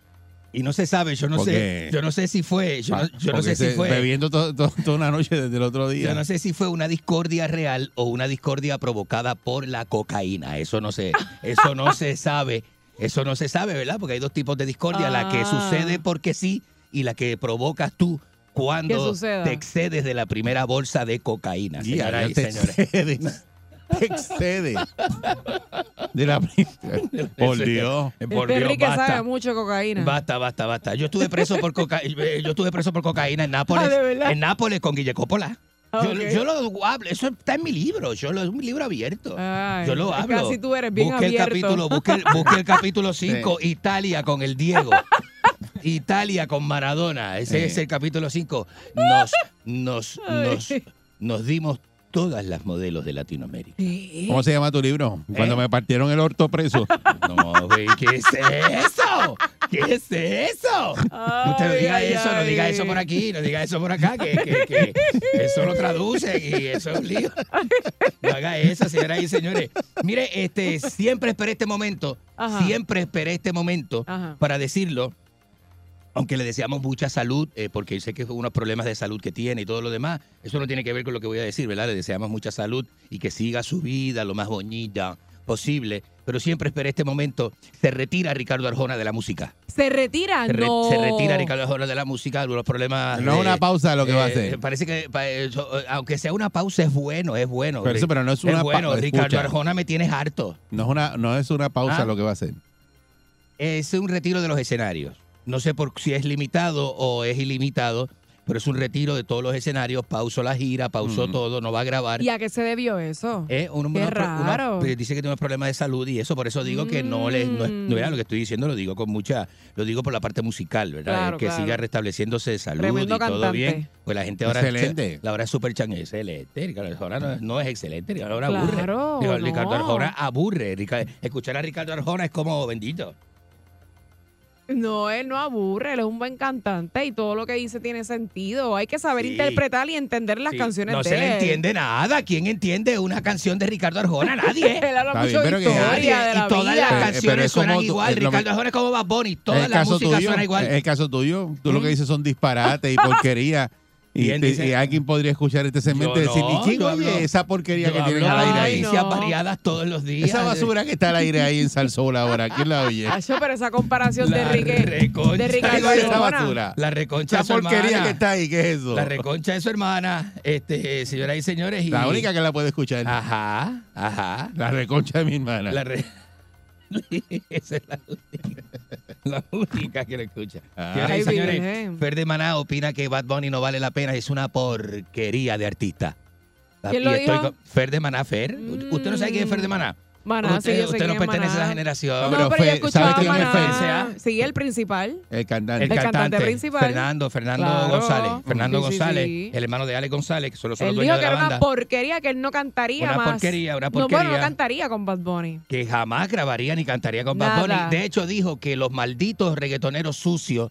S3: Y no se sabe, yo no sé, yo no sé si fue, yo no, yo no sé si fue.
S4: Bebiendo to- to- toda una noche desde el otro día.
S3: Yo no sé si fue una discordia real o una discordia provocada por la cocaína. Eso no se, eso no se sabe. Eso no se sabe, ¿verdad? Porque hay dos tipos de discordia, la que
S2: Ah.
S3: sucede porque sí y la que provocas tú cuando
S2: suceda.
S3: te excedes de la primera bolsa de cocaína,
S4: Ya,
S3: señoras
S4: ya
S3: y
S4: te
S3: señores.
S4: excedes. Te excedes. De la. Por Dios.
S3: Por
S5: el
S3: Dios,
S5: Este Enrique sabe
S3: basta.
S5: mucho de cocaína.
S3: Basta, basta, basta. Yo estuve preso por cocaína, yo estuve preso por cocaína en Nápoles,
S5: Ah, ¿de verdad?
S3: en Nápoles con Guille Coppola. Yo,
S5: Ok.
S3: yo lo hablo, eso está en mi libro, yo lo, es un libro abierto.
S5: Ay,
S3: yo lo hablo.
S5: Casi tú eres bien
S3: busque
S5: abierto.
S3: El capítulo, busque, el- busque el capítulo 5, Italia con el Diego. Italia con Maradona, ese
S2: Sí.
S3: es el capítulo 5. Nos, nos, nos, nos dimos todas las modelos de Latinoamérica. Eh.
S4: ¿Cómo se llama tu libro? Cuando me partieron el orto preso.
S3: No, güey, ¿qué es eso? ¿Qué es eso?
S5: Ah,
S3: Usted no diga
S2: ay,
S3: eso, no
S2: ay.
S3: diga eso por aquí, no diga eso por acá, que, que- que eso lo traducen y eso es un lío. No haga eso, señoras y señores. Mire, este, siempre esperé este momento,
S2: Ajá.
S3: siempre esperé este momento
S2: Ajá.
S3: para decirlo, aunque le deseamos mucha salud, eh, porque sé que fue unos problemas de salud que tiene y todo lo demás, eso no tiene que ver con lo que voy a decir, ¿verdad? Le deseamos mucha salud y que siga su vida lo más bonita posible, pero siempre esperé este momento. Se retira Ricardo Arjona de la música.
S5: Se retira,
S3: Se, re-
S5: Ah, no.
S3: se retira Ricardo Arjona de la música, los problemas...
S4: No es
S3: de-
S4: una pausa lo que va a
S3: eh,
S4: hacer.
S3: Parece que, pa- eso, eh, aunque sea una pausa, es bueno, es bueno.
S4: Pero eso, pero no es una pa-
S3: bueno, Ricardo
S4: escucha.
S3: Arjona me tienes harto.
S4: No es una, no es una pausa
S3: Ah.
S4: lo que va a hacer.
S3: Es un retiro de los escenarios. No sé por si es limitado o es ilimitado, pero es un retiro de todos los escenarios. Pausó la gira, pausó todo, no va a grabar.
S5: ¿Y a qué se debió eso?
S3: Eh, un-
S5: Qué
S3: unos pro- unos-
S5: raro.
S3: eh, dice que tiene problemas de salud y eso, por eso digo que no le no, es- no era lo que estoy diciendo, lo digo con mucha, lo digo por la parte musical, ¿verdad?
S5: Claro,
S3: que
S5: claro.
S3: siga restableciéndose de salud
S5: Tremendo
S3: y todo
S5: cantante.
S3: bien. Pues la gente ahora
S4: Excelente.
S3: la hora es super chan excelente, Ricardo Arjona no, no es excelente, Ricardo Arjona
S5: Claro,
S3: aburre. Digo, Ricardo
S5: no.
S3: Arjona aburre, Rica- escuchar a Ricardo Arjona es como bendito.
S5: No, él no aburre, él es un buen cantante y todo lo que dice tiene sentido. Hay que saber
S3: Sí.
S5: interpretar y entender las
S3: Sí,
S5: canciones
S3: no
S5: de
S3: se le
S5: él.
S3: entiende nada, ¿quién entiende una canción de Ricardo Arjona? Nadie.
S5: Él habla
S4: Está mucho bien, pero de que- historia,
S3: Nadie.
S4: de la
S3: y todas
S4: vida.
S3: las
S4: Pero-
S3: canciones
S4: pero es como
S3: suenan
S4: tú- eh,
S3: igual,
S4: es lo
S3: Ricardo
S4: que-
S3: Arjona es como Bad Bunny,
S4: Es
S3: toda
S4: el
S3: la
S4: caso
S3: música
S4: tuyo,
S3: suena igual. Mm.
S4: es el caso tuyo. Tú lo que dices son disparates y porquería. Y,
S3: Bien,
S4: te-
S3: dice-
S4: y alguien podría escuchar este segmento
S3: Yo
S4: y decir,
S3: no,
S4: "Y chico,
S3: yo
S4: oye,
S3: hablo-
S4: esa porquería
S3: yo
S4: que tienen
S3: hablo
S4: al aire
S3: de
S4: ahí.
S3: noticias variadas todos los días.
S4: Esa basura que está al aire ahí en Salsola ahora, ¿quién la oye?
S5: Acho, pero esa comparación de Enrique.
S3: reconcha
S5: de Ricardo
S3: su-
S5: Arjona.
S3: La reconcha
S4: Esa
S3: de su
S4: porquería
S3: hermana.
S4: que está ahí, ¿qué es eso?
S3: La reconcha de su hermana, este, eh, señoras y señores. y-
S4: La única que la puede escuchar.
S3: Ajá, ajá.
S4: La reconcha de mi hermana.
S3: La re- Esa es la única, la única que lo escucha.
S4: Ah.
S3: Señoras y
S4: Ay,
S3: señores,
S5: Virgen.
S3: Fer de Maná opina que Bad Bunny no vale la pena. Es una porquería de artista.
S5: ¿Quién lo dijo? Mm.
S3: Fer de Maná, Fer. ¿Usted no sabe quién es Fer de Maná?
S5: Maná,
S3: usted
S5: sí, yo sé
S3: usted no
S5: quién es
S3: pertenece a
S5: Maná.
S3: esa generación.
S5: No, pero, yo escuchaba
S3: ¿sabe quién es ah. Fer?
S5: Maná. Sí, el principal.
S4: El cantante.
S5: El cantante principal.
S3: Fernando, Fernando
S5: Claro.
S3: González. Fernando
S5: Sí, sí,
S3: González,
S5: sí.
S3: el hermano de Alex González, que solo son los
S5: Él dijo
S3: dueños de
S5: que
S3: la
S5: era
S3: banda.
S5: una porquería, que él no cantaría
S3: Una
S5: más.
S3: porquería, una
S5: No, bueno,
S3: porquería.
S5: no cantaría con Bad Bunny.
S3: que jamás grabaría ni cantaría con Bad
S5: Nada.
S3: Bunny. De hecho, dijo que los malditos reggaetoneros sucios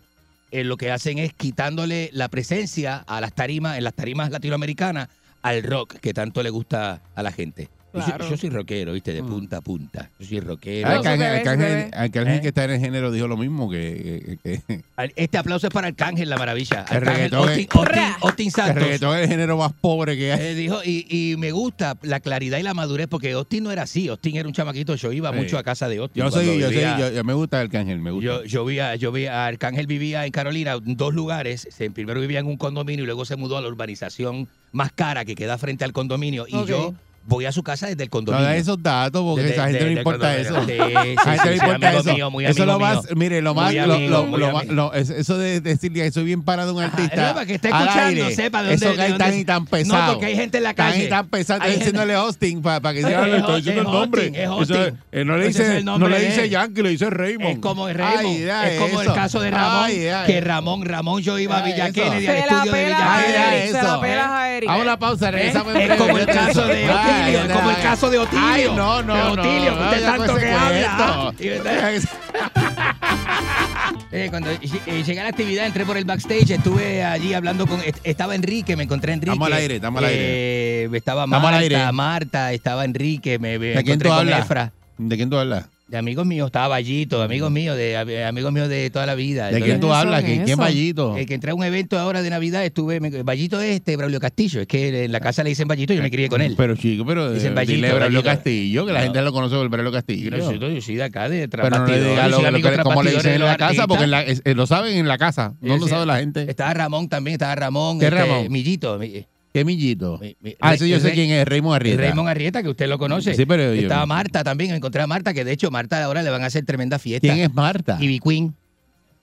S3: eh, lo que hacen es quitándole la presencia a las tarimas, en las tarimas latinoamericanas, al rock que tanto le gusta a la gente. Yo, soy- yo soy rockero, ¿viste? De punta a punta. Yo soy rockero.
S4: Mm. Ah,
S3: ¿Eh?
S4: Arcángel, Arcángel- Arcángel, que está en el género dijo lo mismo que, que- que-
S3: Al- Este aplauso es para Arcángel, la maravilla.
S4: El
S3: Arcángel,
S4: reggaetón
S3: Austin,
S4: es-
S3: Austin- Austin
S4: que el
S3: Santos.
S4: reggaetón es el género más pobre que hay.
S3: Eh, dijo, y, y me gusta la claridad y la madurez, porque Austin no era así. Austin era un chamaquito. Yo iba
S4: Sí.
S3: mucho a casa de Austin.
S4: eh, Yo soy,
S3: cuando
S4: yo soy,
S3: vivía-
S4: yo, yo me gusta Arcángel, me gusta.
S3: Yo, yo vi a, yo vi a Arcángel vivía en Carolina, en dos lugares. Se- Primero vivía en un condominio y luego se mudó a la urbanización más cara que queda frente al condominio. Y
S4: Ok.
S3: yo voy a su casa desde el
S4: No
S3: condominio.
S4: da esos datos porque
S3: De-
S4: esa
S3: de-
S4: gente no
S3: de-
S4: importa
S3: de-
S4: eso.
S3: sí, sí,
S4: A
S3: sí,
S4: gente no
S3: sí,
S4: importa
S3: amigo
S4: eso.
S3: mío, muy
S4: eso es lo
S3: amigo
S4: más,
S3: mío.
S4: mire, lo más,
S3: Muy
S4: lo-
S3: amigo,
S4: lo-
S3: muy
S4: lo más-
S3: amigo.
S4: lo- es- eso de decir que soy bien parado un artista.
S3: Ah, para que esté
S4: al
S3: escuchando,
S4: aire,
S3: sepa de dónde-
S4: Eso
S3: de
S4: que es
S3: dónde-
S4: tan y tan
S3: No,
S4: pesado.
S3: porque hay gente en la
S4: Tan
S3: calle.
S4: y tan pesado.
S3: Hay
S4: Está
S3: gente-
S4: diciéndole Austin para que
S3: Es
S4: diga, le estoy
S3: Austin,
S4: diciendo el
S3: es
S4: nombre.
S3: Austin, es
S4: Eso es-
S3: Austin.
S4: eh, no le
S3: Ese es
S4: dice,
S3: el
S4: no
S3: nombre
S4: le
S3: de
S4: dice
S3: él.
S4: Yankee, le dice Raymond.
S3: Es como Raymond.
S4: Ay, da
S3: es
S4: eso.
S3: como el caso de Ramón,
S4: Ay, da
S3: que
S4: eso.
S3: Ramón, Ramón, yo iba a
S4: Ay,
S3: Villa
S4: eso.
S3: Kennedy, al
S4: Se la
S3: estudio de
S4: pela
S3: Villa
S4: a
S3: Kennedy.
S4: Eric, se la
S3: ¿eh?
S4: pela a Eric. Vamos a la pausa, regresamos en
S3: Es
S4: breve.
S3: como el caso de
S4: Ay,
S3: Otilio, es como el
S4: ay.
S3: caso de Otilio.
S4: Ay, no, no,
S3: De
S4: no,
S3: Otilio, que
S4: no,
S3: usted
S4: ya
S3: tanto
S4: con ese
S3: que habla.
S4: cuento.
S3: ¿ah? Eh, cuando lle- eh, llegué a la actividad, entré por el backstage, estuve allí hablando con. est- Estaba Enrique, me encontré a Enrique.
S4: Estamos al aire, estamos al
S3: aire. estaba
S4: Estamos al
S3: Marta,
S4: aire.
S3: Marta, estaba Enrique, me, me
S4: ¿De quién
S3: encontré
S4: tú
S3: con
S4: hablas?
S3: Efra.
S4: ¿De quién tú hablas?
S3: De amigos míos, estaba Vallito, de amigos míos, de de amigos míos de toda la vida. Eh,
S4: ¿De quién tú hablas? ¿Quién- quién Vallito?
S3: El que entré a un evento ahora de Navidad, estuve. me- Vallito es este, Braulio Castillo. Es que en la casa le dicen Vallito, yo me crié con él.
S4: Pero chico, pero
S3: Dicen
S4: eh,
S3: Vallito,
S4: dile Braulio
S3: Vallito.
S4: Castillo, que la
S3: No.
S4: gente lo conoce por Braulio Castillo.
S3: Yo soy, yo soy de acá, de tras
S4: Pero no le
S3: bastidores,
S4: diga lo,
S3: soy amigo
S4: lo que-
S3: tras
S4: como le dicen
S3: bastidores
S4: en
S3: de
S4: la
S3: los
S4: casa, porque en
S3: artistas.
S4: la- es- eh, lo saben en la casa, no
S3: Sí,
S4: lo
S3: sí.
S4: sabe la gente.
S3: Estaba Ramón también, estaba Ramón.
S4: ¿Qué
S3: este,
S4: Ramón?
S3: Millito. mi-
S4: ¿Qué millito?
S3: mi- mi-
S4: Ah, ese yo sé
S3: Rey-
S4: quién es, Raymond Arrieta.
S3: Raymond Arrieta, que usted lo conoce.
S4: Sí, pero yo-
S3: Estaba Marta también, me encontré a Marta, que de hecho Marta ahora le van a hacer tremenda fiesta.
S4: ¿Quién es Marta?
S3: Ivy Queen.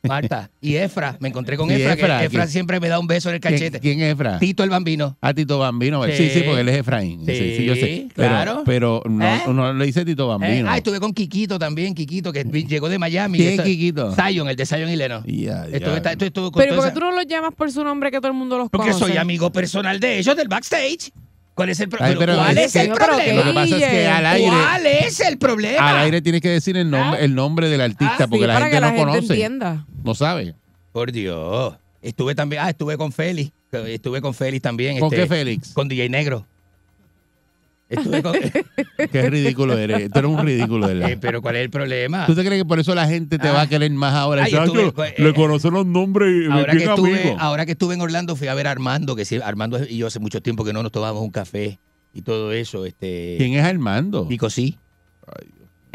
S3: Marta. Y Efra, me encontré con
S4: ¿Y
S3: Efra,
S4: Efra?
S3: que Efra
S4: ¿Quién-
S3: siempre me da un beso en el
S4: ¿Quién-
S3: cachete.
S4: ¿Quién es Efra?
S3: Tito el Bambino.
S4: Ah, Tito Bambino. Sí,
S3: Sí.
S4: sí, porque él es Efraín. Sí, sí, yo sé.
S3: Sí,
S4: Pero,
S3: claro.
S4: pero no,
S3: ¿Eh?
S4: no le dice Tito
S3: Eh,
S4: Bambino.
S3: Ah, estuve con Quiquito también, Quiquito, que vi- llegó de Miami.
S4: ¿Quién es
S3: Esto-
S4: Quiquito?
S3: Zion, el de Zion y Leno.
S4: Ya, ya.
S3: Estuve- estuve- estuve con
S5: Pero
S3: toda
S5: ¿por qué
S3: esa-
S5: tú no los llamas por su nombre que todo el mundo los
S3: Porque
S5: conoce?
S3: soy amigo personal de ellos, del backstage. ¿Cuál es el, pro-
S4: Ay,
S3: pero
S4: pero
S3: ¿cuál
S4: es
S3: es el
S4: que-
S3: problema?
S4: lo que pasa es que al aire-
S3: ¿Cuál es el problema?
S4: Al aire tienes que decir el nombre, el nombre del artista,
S3: Ah,
S4: porque
S3: sí,
S4: la
S3: para
S4: gente
S3: que la
S4: no
S3: gente
S4: conoce.
S3: entienda.
S4: No sabe.
S3: Por Dios. Estuve también, ah, estuve con Félix. Estuve con Félix también. este,
S4: ¿Con qué Félix?
S3: Con DJ Negro. Estuve con...
S4: Qué ridículo eres. Tú eres un ridículo, ¿verdad?
S3: Eh, pero ¿cuál es el problema?
S4: ¿Tú te crees que por eso la gente te va a querer más ahora?
S3: Ay,
S4: Dice, "Ah,
S3: estuve- eh,
S4: yo- le conocen los nombres y
S3: Ahora
S4: bien
S3: que, estuve,
S4: amigos".
S3: ahora que estuve en Orlando fui a ver a Armando, que sí, Armando y yo hace mucho tiempo que no nos tomábamos un café y todo eso. Este,
S4: ¿Quién es Armando?
S3: Pico sí.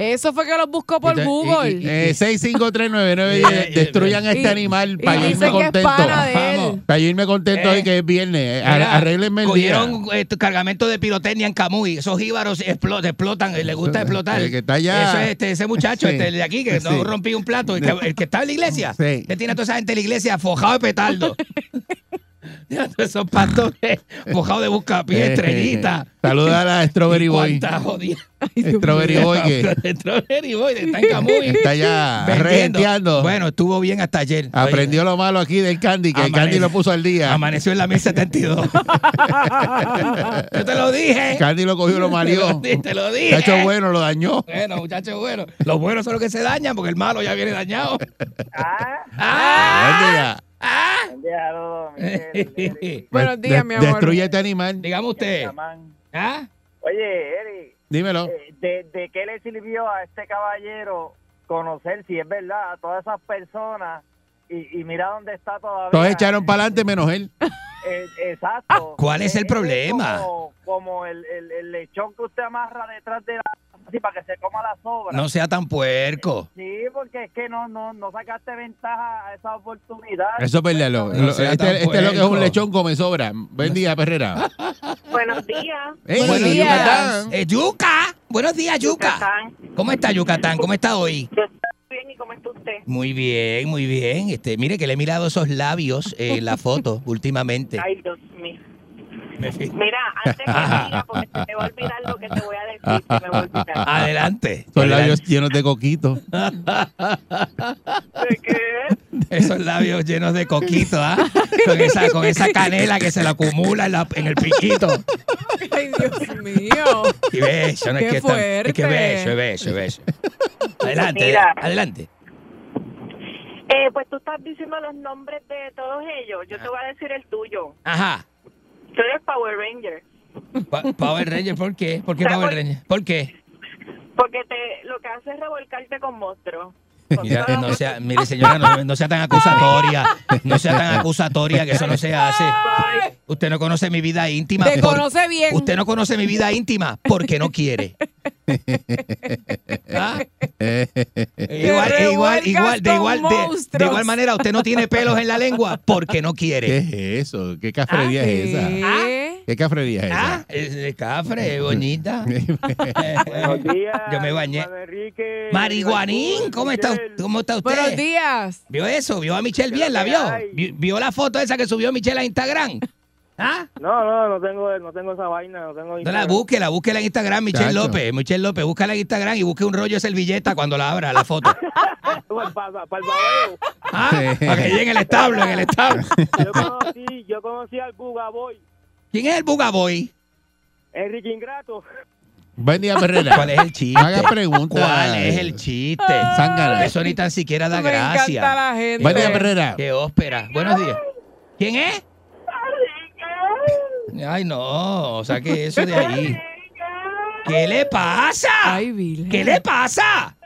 S5: Eso fue que los buscó por
S3: Entonces,
S5: Google.
S3: y- y-
S4: Eh,
S3: Eh,
S4: 65399 destruyan a este
S5: Y-
S4: animal
S5: y
S4: para yo irme
S5: dicen que es
S4: contento.
S5: pana de él.
S4: Vamos, Para yo irme contento hoy que es viernes. Eh, ar-
S3: Mira,
S4: Arréglenme el día.
S3: Cogieron eh, tu cargamento de pirotecnia en Camuy. Esos jíbaros explo- explotan, eh, les gusta
S4: Eso,
S3: explotar.
S4: el que está allá.
S3: Eso es este, ese muchacho
S4: Sí.
S3: este, el de aquí que no
S4: Sí.
S3: rompí un plato. El que, el que está en la iglesia. Que tiene a toda esa gente en la iglesia fojado de petardo. Mira, todos esos pastores mojados de buscapié,
S4: Eh,
S3: estrellita.
S4: Saluda a la Strawberry Boy.
S3: Cuánta jodida.
S4: Strawberry Boy que
S3: Strawberry Boy que está en Camuy.
S4: está allá
S3: Vendiendo.
S4: regenteando.
S3: Bueno, estuvo bien hasta ayer.
S4: Aprendió lo malo aquí del Candy, que el
S3: Amanece-
S4: Candy lo puso al día.
S3: Amaneció en la 1072. Yo te lo dije.
S4: Candy lo cogió y lo mareó.
S3: Te lo, te lo dije.
S4: Está hecho bueno, lo dañó.
S3: Bueno, muchachos, bueno. Los buenos son los que se dañan porque el malo ya viene dañado.
S11: Ah.
S3: Ah.
S4: Buen día.
S3: Buenos días, mi amor.
S4: Pues, Destruye este animal.
S3: Dígame usted. ¿Ah?
S12: Oye, Eri,
S4: Dímelo.
S12: eh, ¿de, de qué le sirvió a este caballero conocer, si es verdad, a todas esas personas y, y mira dónde está todavía?
S4: Todos echaron para adelante menos él.
S12: Eh, exacto.
S3: Ah, ¿Cuál es el
S12: Eh,
S3: problema?
S12: Como, como el, el- el lechón que usted amarra detrás de la... Así para que se coma la sobra.
S3: No sea tan puerco.
S12: Sí, porque es que no, no, no sacaste ventaja a esa oportunidad.
S4: Eso es verdad. lo-
S3: No
S4: lo-
S3: sea tan
S4: este, este es lo que es
S3: puerco.
S4: un lechón come sobra. Buen día, Perrera.
S11: Buenos días.
S4: Ey,
S3: Buenos días.
S4: Yucatán.
S3: Eh, yuca. Eh, Buenos días, Yuca.
S11: Yucatán.
S3: ¿Cómo está Yucatán? ¿Cómo está hoy?
S11: Bien, ¿y cómo está usted?
S3: Muy bien, muy bien. Este, mire que le he mirado esos labios eh, en la foto últimamente.
S11: Ay, Dios mío.
S3: Me fi-
S11: Mira, antes que me diga, porque se me va a olvidar lo que te voy a decir, se me va a olvidar.
S3: Adelante.
S4: Son labios llenos de coquito.
S3: Esos labios llenos de coquito, ¿ah? Con esa, con esa canela que se la acumula en, la- en el piquito.
S5: Ay, Dios mío.
S3: Y beso, no
S5: Qué
S3: es que es tan- Es que
S5: fuerte.
S3: es bello, es bello, es bello. Adelante,
S11: Mira.
S3: adelante.
S11: Eh, pues tú estás diciendo los nombres de todos ellos. Yo te voy a decir el tuyo.
S3: Ajá.
S11: Tú eres Power Ranger.
S3: Pa- Power Ranger, ¿por qué? ¿Por qué Power Ranger? ¿Por qué?
S11: Porque te, lo que hace es revolcarte con monstruos.
S3: Mira, eh, no sea, mire, señora, no, no sea tan acusatoria. No sea tan acusatoria, que eso no se hace. Usted no conoce mi vida íntima.
S5: Te
S3: por-
S5: conoce bien.
S3: Usted no conoce mi vida íntima porque no quiere. ¿Ah? Igual,
S2: Te
S3: igual, igual, de
S2: revuelcas
S3: igual,
S2: con
S3: de,
S2: monstruos.
S3: de igual manera, usted no tiene pelos en la lengua porque no quiere.
S4: ¿Qué es eso? ¿Qué cafrería es esa? Ah. ¿Qué cafrería es esa?
S3: Ah, es de cafre, bonita. Yo me bañé. Mariguanín, ¿cómo está, ¿cómo está usted?
S5: Buenos días.
S3: ¿Vio eso? ¿Vio a Michelle bien? ¿La vio? ¿Vi- ¿Vio la foto esa que subió Michelle a Instagram?
S12: No, no, no tengo, no tengo esa vaina, no tengo
S3: No la
S12: Instagram.
S3: busque, la busque en Instagram, Michelle
S12: Chacho.
S3: López. Michelle López, búscala en Instagram y busque un rollo de servilleta cuando la abra la foto.
S12: Pues, pa- pa el babeo.
S3: Ah, para que llegue en el establo, en el establo.
S12: Yo conocí, yo conocí al Bugaboy,
S3: ¿Quién es el Bugaboy?
S12: Enrique Ingrato.
S4: Buen día, Perrera.
S3: ¿Cuál es el chiste?
S4: Haga preguntas.
S3: ¿Cuál es el chiste?
S4: Zángana.
S3: Eso ni tan siquiera da
S4: Me encanta
S3: gracia.
S4: la gente. Buen día, Perrera.
S3: Qué ópera. Buenos días. ¿Quién es? Ay, no, saque eso de ahí. ¿Qué le pasa? ¿Qué le pasa?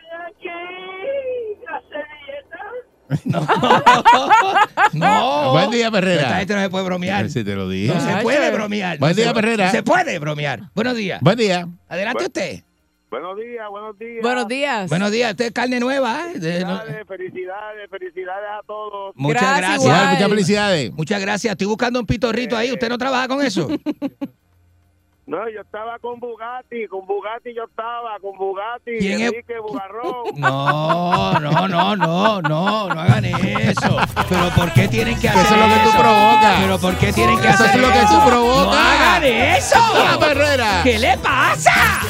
S3: No.
S4: Ah. Buen día, Perrera.
S3: Oh. Esta gente no se puede bromear.
S4: Si te lo dije.
S3: No se puede bromear.
S4: Buen
S3: No se-
S4: día, Perrera.
S3: Se puede bromear. Buenos días.
S4: Buen día.
S3: Adelante
S4: Bu-
S3: usted.
S8: Buenos días, buenos días.
S5: Buenos días.
S3: Buenos días. Usted es carne nueva. ¿eh? De- no-
S8: Felicidades, felicidades, felicidades a todos.
S3: Muchas gracias.
S4: Muchas felicidades.
S3: Muchas gracias. Estoy buscando un pitorrito ahí. ¿Usted no trabaja con eso?
S8: No, yo estaba con Bugatti, con Bugatti yo estaba, con Bugatti,
S3: ¿Quién es?
S8: Enrique Bugarrón.
S3: No, no, no, no, no, no hagan eso. Pero ¿por qué tienen que hacer eso?
S4: es lo que tú provocas.
S3: Pero ¿por qué tienen que
S4: Eso
S3: hacer
S4: es lo que tú
S3: eso?
S4: provocas.
S3: No hagan eso.
S4: Ah, Barrera.
S3: ¿Qué le pasa?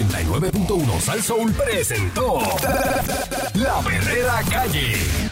S2: Salsón,
S1: 99.1 Sal Soul presentó La Verdadera Calle.